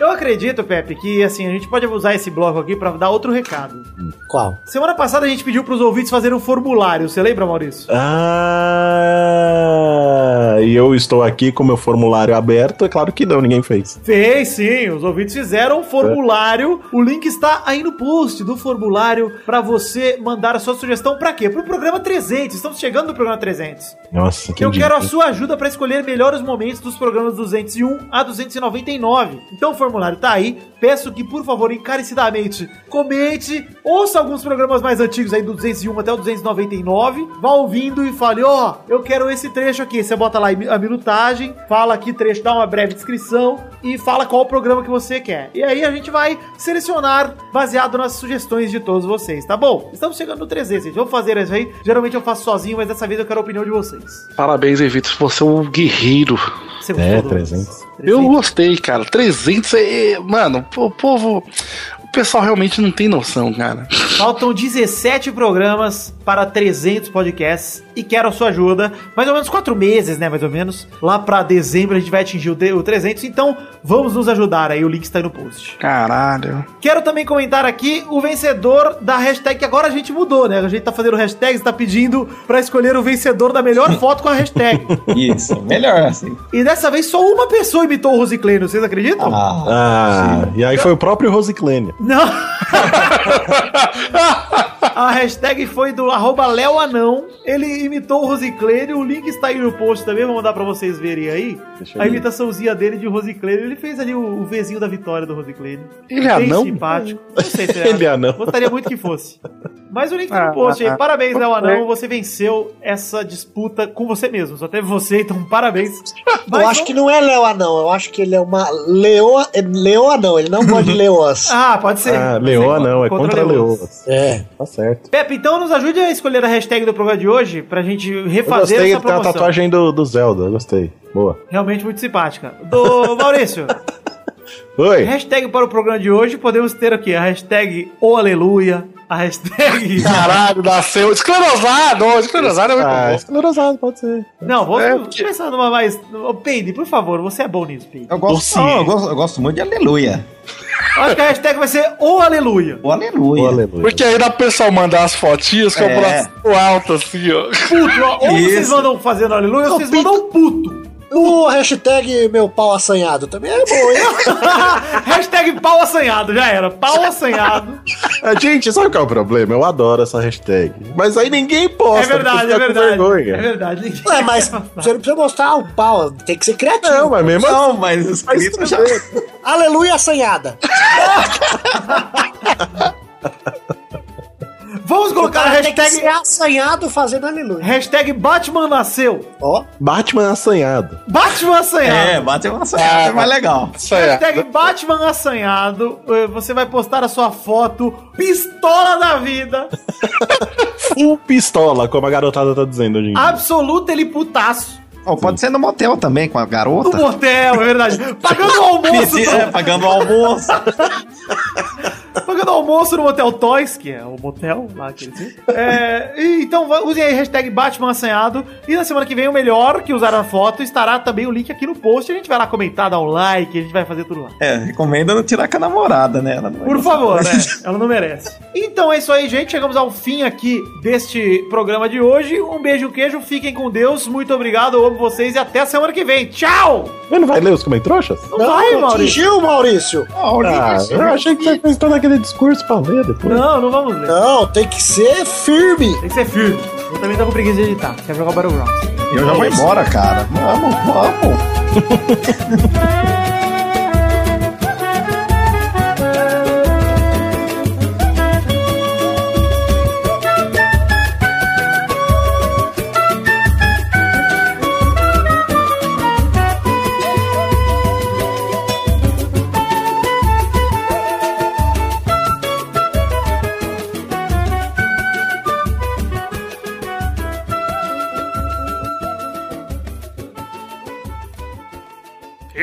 D: Eu acredito, Pepe, que assim, a gente pode usar esse bloco aqui pra dar outro recado.
A: [laughs] Qual?
D: Semana passada a gente pediu pros ouvintes fazerem um formulário, você lembra, Maurício?
H: Ah, e eu estou aqui com meu formulário aberto. É claro que não, ninguém fez.
D: Fez sim, os ouvintes fizeram um formulário. O link está aí no post do formulário pra você mandar a sua sugestão pra quê? Pro programa 300. Estamos chegando no programa 300.
H: Nossa,
D: Que eu
H: dia.
D: quero a sua ajuda pra escolher melhor os momentos dos programas 201 a 299. Então o formulário tá aí. Peço que, por favor, encarecidamente comente, ouça alguns programas mais antigos aí, do 201 até o 299. Vá ouvindo e fale: Ó, eu quero esse trecho aqui. Você bota lá a minutagem, fala aqui trecho, dá uma breve descrição e fala qual o programa que você quer. E aí a gente vai selecionar baseado nas sugestões de todos vocês, tá bom? Estamos chegando no 300, gente. Vamos fazer isso aí. Geralmente eu faço sozinho, mas dessa vez eu quero a opinião de vocês.
E: Parabéns, Evitas, você é um guerreiro.
D: Você
H: É,
D: do-
H: 300.
E: Eu gostei, cara. 300 é, é- mano, o povo o pessoal realmente não tem noção, cara.
D: Faltam 17 programas para 300 podcasts e quero a sua ajuda. Mais ou menos 4 meses, né? Mais ou menos. Lá para dezembro a gente vai atingir o de- o 300, então vamos nos ajudar aí. O link está aí no post.
E: Caralho.
D: Quero também comentar aqui o vencedor da hashtag que agora a gente mudou, né? A gente tá fazendo hashtags, tá pedindo para escolher o vencedor da melhor foto com a hashtag.
B: Isso, melhor assim.
D: E dessa vez só uma pessoa imitou o Rosicleno, vocês acreditam?
B: Ah,
H: Ah, e aí foi o próprio Rosiclênia.
D: Não! [laughs] a hashtag foi do arroba leoanão. Ele imitou o Rosiclênio. O link está aí no post também. Vou mandar pra vocês verem aí.
H: Deixa eu
D: A
H: ver.
D: imitaçãozinha dele de Rosiclênio. Ele fez ali o, o Vzinho da vitória do Rosiclênio.
E: Ele é
D: Bem
H: [laughs]
E: anão?
D: simpático. Não sei se
H: Ele é anão.
D: Gostaria muito que fosse. Mas o link tá
E: Ah,
D: no post
E: ah,
D: aí. Parabéns, Léo
E: ok.
D: Anão. Você venceu essa disputa com você mesmo. Só teve você, então parabéns. Mas
A: eu acho
D: vamos-
A: que não é Leoa, não. Eu acho que ele é uma leoa. é Leoa, não. Ele não gosta
H: [laughs]
A: de leoas.
D: Ah, pode ser.
H: Ah,
D: Pode
H: Leoa
D: ser.
H: não, é contra,
D: leoas.
H: Leoa.
A: É.
H: Tá certo.
D: Pepe, então nos ajude a escolher a hashtag do programa de hoje pra gente
H: Eu
D: refazer
H: gostei,
D: essa
H: ele tem a
D: promoção.
H: tatuagem do, do Zelda, eu gostei. Boa.
D: Realmente muito simpática. Do [laughs] Maurício,
H: Oi!
D: hashtag para o programa de hoje podemos ter aqui a hashtag O Aleluia, a hashtag...
E: Caralho, nasceu esclerosado. ó, Esclerosado é muito
H: Ah,
E: bom.
H: esclerosado, pode ser.
D: Não, vou
E: É,
D: vou pensar numa mais... Ô, Peide, por favor, você é bom nisso, Peide.
B: eu gosto, não, eu gosto, eu gosto muito de Aleluia.
D: Eu Acho que a hashtag vai ser O Aleluia.
B: O Aleluia.
H: Boa, aleluia.
E: Porque aí dá pro pessoal mandar as fotinhas com
B: É.
E: o braço alto assim, ó. [laughs]
D: Puto, ó, ou vocês
B: Isso.
D: mandam fazendo Aleluia ou
A: Não,
D: vocês
A: Peide-
D: mandam puto.
A: O hashtag meu pau assanhado também é bom, hein?
D: hashtag pau assanhado, já era. Pau assanhado.
H: Ah, Gente, sabe qual é o problema? Eu adoro essa hashtag. Mas aí ninguém posta.
D: é verdade,
H: porque
D: é
H: fica com
D: verdade. É
H: vergonha.
D: verdade.
A: Ué, mas você não precisa mostrar o pau, tem que ser criativo.
H: Não, mas mesmo assim.
B: Não, mas o escrito já...
A: Aleluia assanhada.
D: Vamos colocar a
A: cara tem que
D: hashtag...
A: ser assanhado fazendo aleluia.
D: Hashtag Batman nasceu.
A: Ó,
H: Batman assanhado.
D: Batman assanhado.
B: [laughs] É, bateu uma sorte, é mais legal.
E: Isso aí, ó.
D: Hashtag Batman assanhado. eh, Você vai postar a sua foto pistola da vida.
H: Full pistola, como a garotada tá dizendo hoje em dia.
D: Absoluta ele putaço.
B: Ou
K: Hum.
B: pode ser no motel também, com a
D: No
K: [laughs]
B: garota.
D: motel, é verdade. Pagando o almoço.
B: Pedi- é, pagando o almoço.
D: Pagando almoço no Motel Toys, que é o motel lá que eles têm. É, e então va- usem aí hashtag Batman Assanhado. E na semana que vem, o melhor que usar a foto estará também o link aqui no post. A gente vai lá comentar, dar um like, a gente vai fazer tudo lá.
B: É, recomenda não tirar com a namorada, né? Ela não vai
D: Por
B: gostar.
L: [laughs]
B: [laughs]
D: favor, né? Ela não merece. Então é isso aí, gente. Chegamos ao fim aqui deste programa de hoje. Um beijo, um queijo. Fiquem com Deus. Muito obrigado. Eu amo vocês e até a semana que vem. Tchau!
H: Mas não vai ler os comentroxas?
D: Não,
A: não,
D: vai,
A: não
D: Maurício.
A: atingiu, Maurício.
H: Ah, eu achei que você fez todo aquele discurso pra ler depois.
D: Não, não vamos ler.
A: Não, tem que ser firme.
D: Tem que ser firme. Eu também tô com preguiça de editar. Quer jogar Battlegrounds.
B: Eu já vou embora, cara. Vamos, vamos.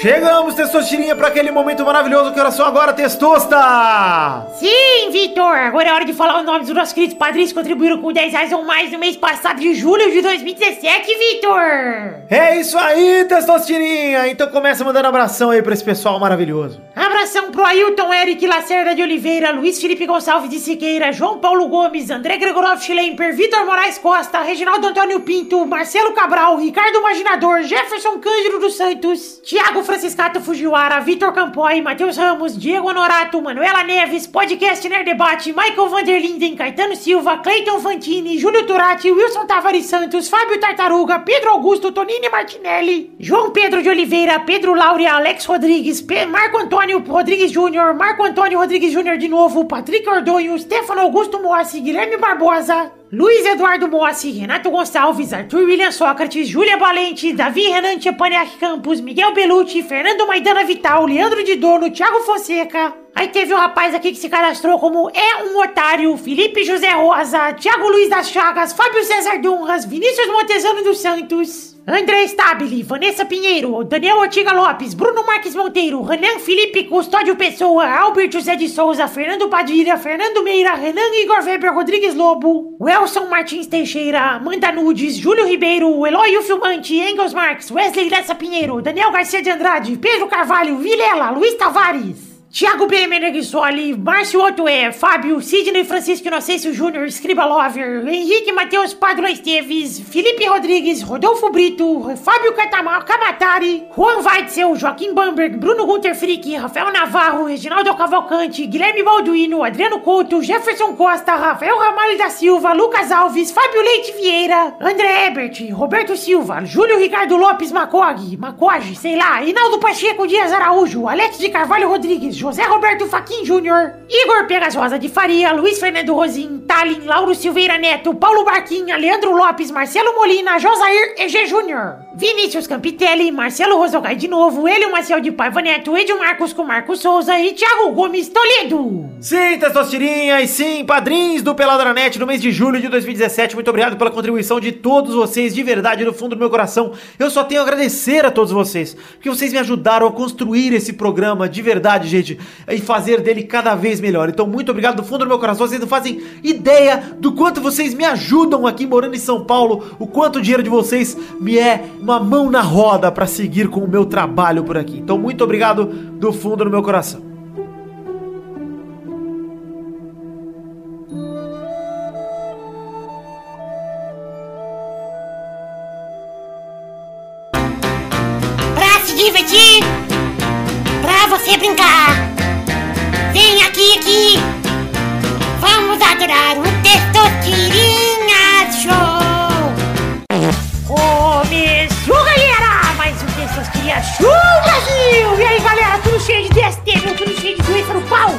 D: Chegamos, Testostirinha, para aquele momento maravilhoso que era só agora, Testosta!
F: Sim, Vitor! Agora é hora de falar o nome dos nossos queridos padrinhos que contribuíram com 10 reais ou mais no mês passado de julho de 2017, Vitor!
D: É isso aí, Testostirinha! Então começa mandando abração aí pra esse pessoal maravilhoso.
F: Abração pro Ailton Eric Lacerda de Oliveira, Luiz Felipe Gonçalves de Siqueira, João Paulo Gomes, André Gregorov Schlemper, Vitor Moraes Costa, Reginaldo Antônio Pinto, Marcelo Cabral, Ricardo Maginador, Jefferson Cândido dos Santos, Thiago Franciscato Fujiwara, Vitor Campoy, Matheus Ramos, Diego Honorato, Manuela Neves, Podcast Nerd Debate, Michael Vanderlinden, Caetano Silva, Cleiton Fantini, Júlio Turati, Wilson Tavares Santos, Fábio Tartaruga, Pedro Augusto, Tonini Martinelli, João Pedro de Oliveira, Pedro Laura, Alex Rodrigues, Pe- Marco Antônio Rodrigues Júnior, Marco Antônio Rodrigues Júnior de novo, Patrick Ordonho, Stefano Augusto Moacir, Guilherme Barbosa, Luiz Eduardo Mossi, Renato Gonçalves, Arthur William Sócrates, Júlia Valente, Davi Renan Tchepaniak Campos, Miguel Belucci, Fernando Maidana Vital, Leandro de Dono, Thiago Fonseca. Aí teve um rapaz aqui que se cadastrou como É um Otário, Felipe José Rosa, Thiago Luiz das Chagas, Fábio César Dunras, Vinícius Montezano dos Santos. André Stabile, Vanessa Pinheiro, Daniel Ortiga Lopes, Bruno Marques Monteiro, Renan Felipe Custódio Pessoa, Albert José de Souza, Fernando Padilha, Fernando Meira, Renan Igor Weber Rodrigues Lobo, Welson Martins Teixeira, Amanda Nudes, Júlio Ribeiro, Eloy Filmante, Engels Marques, Wesley Lessa Pinheiro, Daniel Garcia de Andrade, Pedro Carvalho, Vilela, Luiz Tavares. Tiago B. Meneghissoli, Márcio Otoé, Fábio, Sidney Francisco Inocêncio Júnior, Escriba Lover, Henrique Matheus Padua Esteves, Felipe Rodrigues, Rodolfo Brito, Fábio Catama- Camatari, Juan Weitzel, Joaquim Bamberg, Bruno Gunter Frick, Rafael Navarro, Reginaldo Cavalcante, Guilherme Balduino, Adriano Couto, Jefferson Costa, Rafael Ramalho da Silva, Lucas Alves, Fábio Leite Vieira, André Ebert, Roberto Silva, Júlio Ricardo Lopes Macog, Macog, sei lá, Inaldo Pacheco Dias Araújo, Alex de Carvalho Rodrigues, José Roberto Faquin Júnior, Igor Pegas Rosa de Faria, Luiz Fernando Rosim, Talin, Lauro Silveira Neto, Paulo Barquinha, Leandro Lopes, Marcelo Molina, Josair EG Júnior, Vinícius Campitelli, Marcelo Rosogai de novo, Elio Maciel de Paiva Neto, Edio Marcos com Marcos Souza e Thiago Gomes Toledo.
D: Sim, Testostirinha e sim, padrinhos do Peladranet no mês de julho de 2017. Muito obrigado pela contribuição de todos vocês, de verdade, do fundo do meu coração. Eu só tenho a agradecer a todos vocês, porque vocês me ajudaram a construir esse programa de verdade, gente, e fazer dele cada vez melhor. Então, muito obrigado do fundo do meu coração. Vocês não fazem ideia do quanto vocês me ajudam aqui morando em São Paulo, o quanto o dinheiro de vocês me é uma mão na roda para seguir com o meu trabalho por aqui. Então, muito obrigado do fundo do meu coração.
F: Pra se divertir, pra você brincar. Vem aqui, aqui. Vamos adorar o Testosterinhas Show. Começou, galera! Mais um Testosterinhas Show Brasil! E aí, galera, tudo cheio de DST, tudo cheio de doença no pau.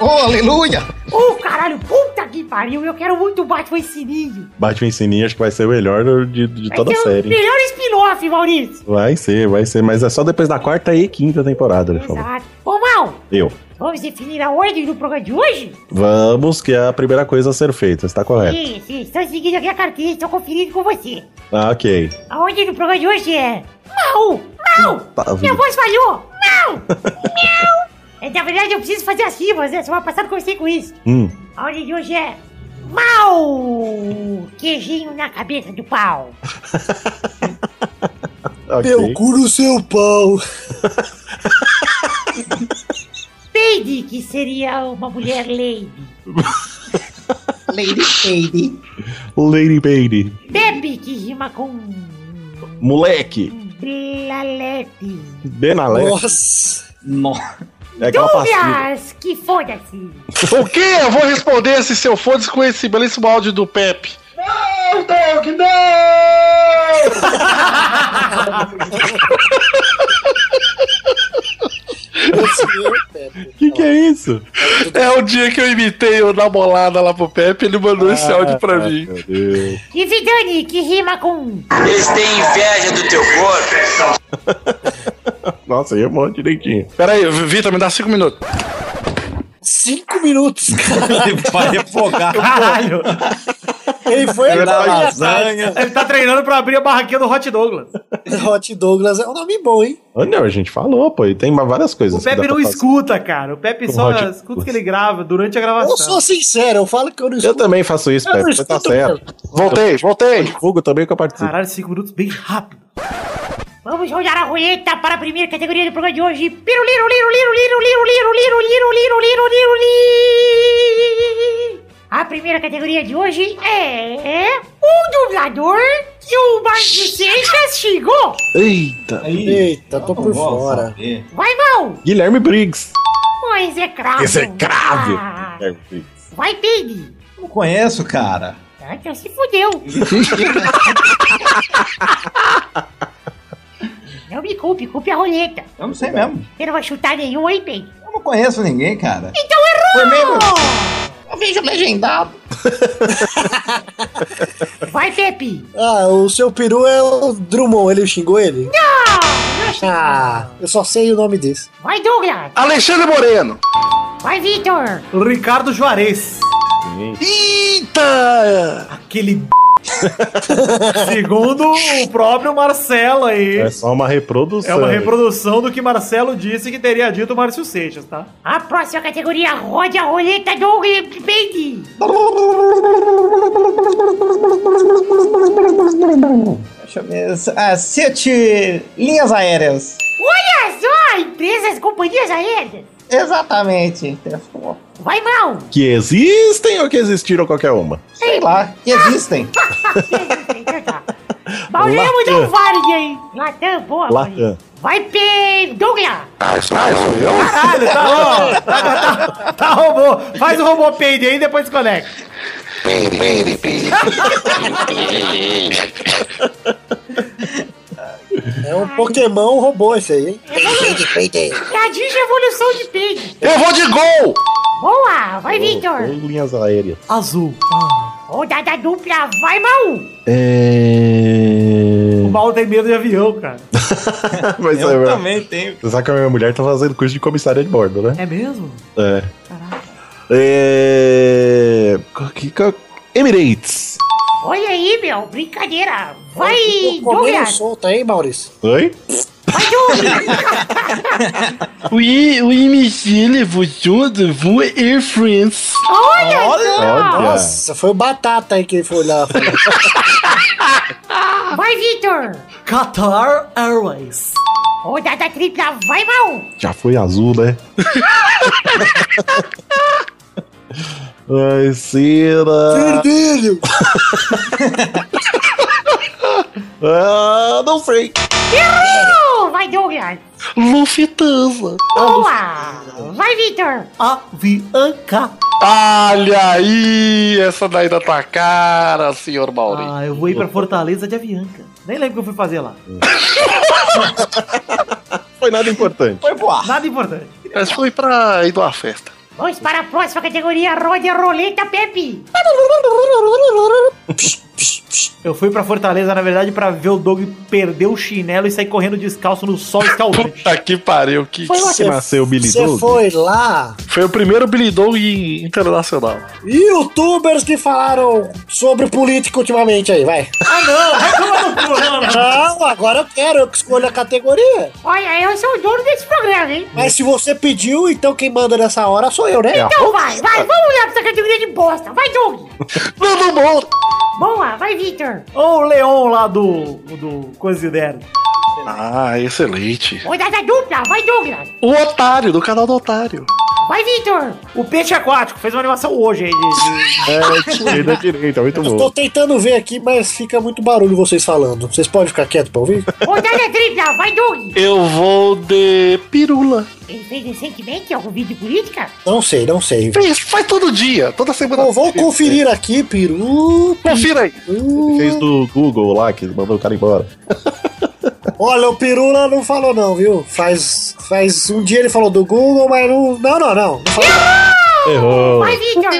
B: Oh, aleluia!
F: Ô, caralho, puta que pariu! Eu quero muito Batman e Sininho.
H: Batman Sininho acho que vai ser o melhor de, de toda a
F: Vai ser o
H: série.
F: Melhor spin-off, Maurício.
H: Vai ser, vai ser, mas é só depois da quarta e quinta temporada, ele falou.
F: Exato. Ô, Mal,
H: Eu.
F: vamos definir a ordem do programa de hoje?
H: Vamos, que é a primeira coisa a ser feita, está correto.
F: Sim, sim, estou seguindo aqui a cartilha, estou conferindo com você.
H: Ah, ok.
F: A ordem do programa de hoje é. Mau! Mau!
H: Tá
F: Minha
H: vindo.
F: voz falhou! Mau! Miau! É, Na verdade, eu preciso fazer as rimas, né? Semana passada eu comecei com isso.
H: Hum.
F: A ordem de hoje é. Mau! Queijinho na cabeça do pau.
H: ok.
A: Meu cu no seu pau.
F: Peide, que seria uma mulher lady.
B: Lady Shady.
H: Lady Baby.
F: Bebe, que rima com.
H: Moleque.
F: Blalete.
H: Benalé.
A: Nossa. [laughs]
H: É aquela pastilha.
F: Douglas, que foda-se.
E: O que? Eu vou responder esse seu foda-se com esse belíssimo áudio do Pepe.
H: O que, que é isso?
E: É o dia que eu imitei o na bolada lá pro Pepe, ele mandou esse áudio pra
H: Ah,
E: mim.
H: Meu Deus.
F: E Vidani, que rima com.
I: Eles têm inveja do teu corpo.
H: Nossa, aí eu morro direitinho.
E: Pera aí, Vitor, me dá cinco minutos.
A: cinco minutos, cara.
K: Ele vai refogar.
D: Caralho.
A: Ele foi
D: Ele tá-
A: agora.
D: Ele tá treinando pra abrir a barraquinha do Hot Douglas.
A: Hot Douglas é um nome bom, hein?
H: Ô, Ah, Não, a gente falou, pô. E tem ma- várias coisas.
D: O Pepe não escuta, cara. O Pepe
H: O
D: só
H: Hot
D: escuta o que ele grava durante a gravação.
A: Eu
H: assim.
A: sou sincero, eu falo que eu não
H: Eu também faço isso,
D: Eu não
H: Pepe. Você tá
D: escuto
H: certo.
E: Voltei, voltei.
H: Fogo também que eu participo.
D: Caralho, cinco minutos bem rápido.
F: Vamos rodar a roleta para a primeira categoria do programa de hoje. Piru, liru, liru, liru, liru, liru, liru, liru, liru, liru, liru, liru, li. A primeira categoria de hoje é... O dublador que o Marcos Vicente castigou.
H: Eita.
A: Eita, tô por fora.
F: Vai, mal.
H: Guilherme Briggs.
F: Pois é, cravo. Ah.
H: Esse é grave. Guilherme Briggs.
F: Vai, Pig.
K: Não conheço, cara.
F: Ah, Então se
H: [laughs]
F: fudeu. não me culpe, culpe a roleta.
K: Eu não sei mesmo.
F: Você não vai chutar nenhum, hein, Pig?
K: Eu não conheço ninguém, cara.
F: Então errou!
K: Eu vejo legendado.
F: [laughs] Vai, Pepe!
A: Ah, o seu peru é o Drummond, ele xingou ele?
F: Não!
A: Ah, eu só sei o nome desse.
F: Vai, Douglas!
E: Alexandre Moreno.
F: Vai, Vitor!
D: Ricardo Juarez.
E: Eita!
D: Aquele. b****. [laughs] Segundo o próprio Marcelo aí.
H: É só uma reprodução.
D: É uma reprodução do que Marcelo disse que teria dito o Márcio Seixas, tá? [laughs]
F: A próxima categoria roda a roleta Douglas Pepe!
K: Deixa eu
D: É,
K: ver. Ah, City Linhas Aéreas.
F: Olha só! Empresas, companhias aéreas!
K: Exatamente.
F: Vai,
K: [laughs]
F: mal!
H: Que existem ou que existiram qualquer uma?
K: Sei lá. Que existem.
F: Mal
H: Latam.
F: lembro da Varg aí! Latam, boa! Latam.
H: Latam.
F: Vai, Pepe! Douglas!
D: Caralho, tá, ó, tá, tá, tá, tá robô. Faz o robô peide aí e depois conecta.
A: É um Pokémon robô esse aí, hein?
F: É a digievolução de Pepe!
E: Eu vou de gol!
F: Boa! Vai,
H: Ou
F: Vitor!
H: linhas aéreas.
D: Azul.
F: Rodada dupla, vai, mal!
H: É...
D: O Mal tem medo de avião, cara.
H: Mas
K: Eu
H: é, meu-
K: também tenho.
H: Você sabe que a minha mulher tá fazendo curso de comissária de bordo, né?
D: É mesmo?
H: É. É... co- que- co- Emirates.
F: Olha aí, meu, brincadeira. Vai,
A: Tô comendo
F: Douglas.
A: solta, hein, Maurício?
H: Oi?
F: Vai, Douglas.
E: O imigile funciona, vou Air France.
F: Olha,
H: Olha.
A: Nossa, foi o Batata aí que ele foi [laughs] olhar.
F: vai, Vitor.
D: Qatar Airways.
F: Rodada tripla, vai, mal.
H: Já foi azul, [laughs] né? Ai, Cira.
A: Vermelho!
H: Ah, não sei.
F: Errou. Vai, Douglas.
E: Lufthansa.
F: Boa. Vai, Vitor.
D: Avianca.
E: Olha aí, essa daí da tua cara, senhor Maurício.
D: Ah, eu vou ir pra Fortaleza de Avianca. Nem lembro o que eu fui fazer lá.
H: Foi nada [laughs] importante.
K: Foi boa.
D: Nada importante.
E: Mas foi pra ir numa festa.
F: Vamos para a próxima categoria, roda a roleta, Pepe.
D: Eu fui pra Fortaleza, na verdade, pra ver o Doug perder o chinelo e sair correndo descalço no sol escaldante.
E: Puta que pariu, que.
A: Foi lá
H: que nasceu o Billy
A: Você
H: Doug?
A: foi lá?
E: Foi o primeiro Billy Dog internacional.
A: Youtubers que falaram sobre política ultimamente aí, vai.
D: ah, não! Vai tomar no cu, né, mano?
A: Não, [laughs] agora eu quero, eu que escolho a categoria.
F: Olha, eu sou o dono desse programa, hein?
A: Mas se você pediu, então quem manda nessa hora sou eu, né?
F: Então vai, vai, vamos lá pra essa categoria de bosta. Vai, Doug.
E: Nando Moura.
F: Boa, vai, Vitor.
D: Ou o Leon lá do. do Coisidero.
E: Ah, excelente.
F: Rodada dupla, vai, Douglas.
E: O Otário, do canal do Otário.
F: Vai, Vitor.
D: O Peixe Aquático fez uma animação hoje aí de. de-
H: É, tirei da direita, muito
A: Eu tô
H: bom.
A: tentando ver aqui, mas fica muito barulho vocês falando. Vocês podem ficar quietos pra ouvir?
F: Rodada tripla, vai, Doug.
E: Eu vou de pirula.
F: Ele fez recentemente algum vídeo de política?
A: Não sei, não sei.
E: Fez, faz todo dia, toda semana.
A: Bom, vou conferir aqui, peru.
E: Confira aí.
A: peru.
H: Fez do Google lá, que mandou o cara embora.
A: Olha, o Pirula não falou não, viu? Faz, faz um dia ele falou do Google, mas não... Não, não, não. Não falou.
H: Errou.
F: Vai, Vitor!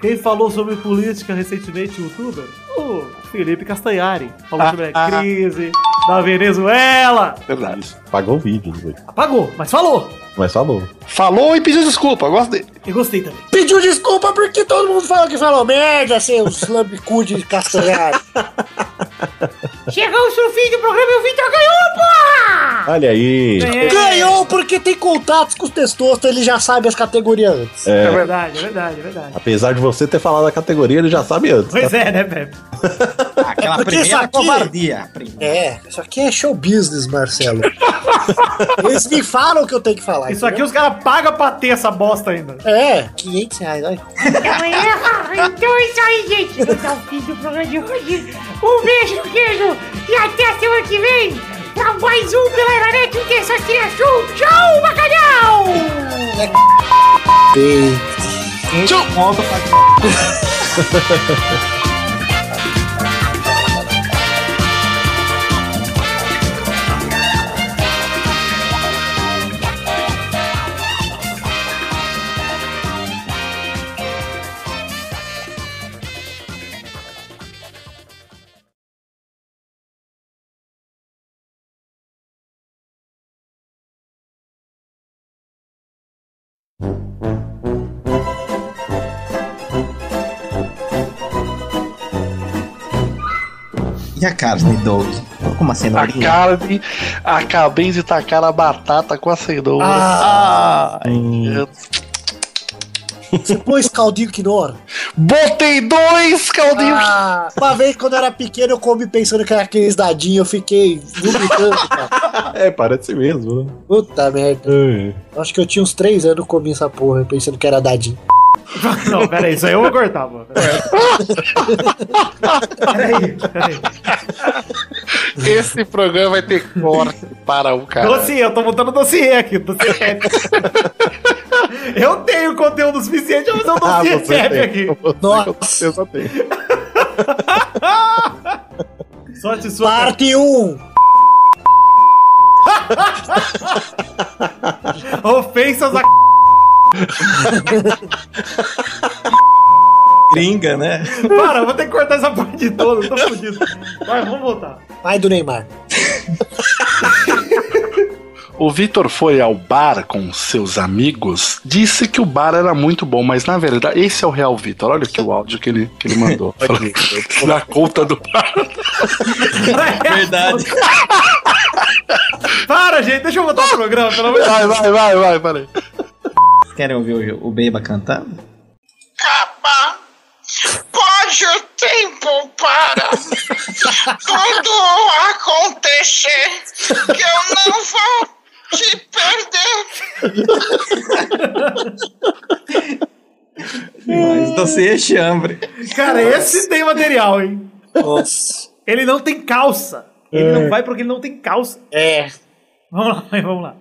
D: Quem falou sobre política recentemente, youtuber? O Felipe Castanhari. Falou sobre a crise da Venezuela.
E: Verdade.
H: Pagou o vídeo. né?
D: Apagou, mas falou.
H: Mas falou.
E: Falou e pediu desculpa, eu gosto dele.
D: Eu gostei também.
A: Pediu desculpa porque todo mundo falou que falou merda, [laughs] seus lambicu de [laughs] castelhado.
F: Chegamos no fim do programa e o Vitor ganhou, porra!
H: Olha aí.
A: É. Ganhou porque tem contatos com os testosta, ele já sabe as categorias antes.
H: É. É
D: verdade, é verdade, é verdade.
H: Apesar de você ter falado a categoria, ele já sabe antes. tá
D: Pois é, né, Pepe?
B: Aquela
A: Porque
B: primeira
A: isso aqui-
B: covardia.
A: É, isso aqui é show business, Marcelo. Eles me falam o que eu tenho que falar.
D: Isso aqui é os caras pagam pra ter essa bosta ainda.
A: É, 500 reais, olha.
F: Então é, então é isso aí, gente. Esse é o fim do programa de hoje. Um beijo no queijo e até semana que vem pra mais um pela Internet um Terça-feira Show. Tchau, bacalhau!
B: Tchau.
K: E a carne, Doug? Como assim,
E: A
K: Doug?
E: carne, acabei de tacar a batata com a cenoura.
A: Ah.
E: Eu
A: Você pôs caldinho quinoa?
E: Botei dois caldinhos.
A: uma vez quando eu era pequeno, eu comi pensando que era aqueles dadinhos, eu fiquei vomitando, cara.
H: É, parece mesmo. né?
A: Puta merda. Eu Acho que eu tinha uns 3 anos comi essa porra, pensando que era dadinho.
D: Não, peraí, isso aí eu vou cortar, mano. Peraí, peraí.
E: Esse programa vai ter corte para o cara.
D: Dossiê, eu tô montando dossiê aqui. Dossiê. Pepe. eu tenho conteúdo suficiente pra fazer um dossiê Pepe aqui.
A: Nossa.
H: Eu só tenho.
D: Sorte sua.
A: Parte um! 1.
D: Ofensas a.
B: Gringa, né?
D: Para, eu vou ter que cortar essa parte toda, eu tô fudido. Vai, vamos voltar.
A: Pai do Neymar.
E: O Vitor foi ao bar com seus amigos, disse que o bar era muito bom, mas na verdade, esse é o real Vitor. Olha que o áudio que ele, que ele [laughs] mandou. Na conta do bar.
B: Verdade.
D: [laughs] Para, gente, deixa eu voltar o programa, pelo amor de
E: Vai, vai, vai, vai, peraí.
K: Querem ouvir o, o Beba cantando?
I: Pode o tempo para tudo acontecer, que eu não vou te perder.
B: Mas
K: é
B: dossiê chambre.
D: Cara, esse tem material, hein?
A: Nossa.
D: Ele não tem calça. Ele não vai porque ele não tem calça.
A: É.
D: Vamos lá, [laughs] vai, vamos lá.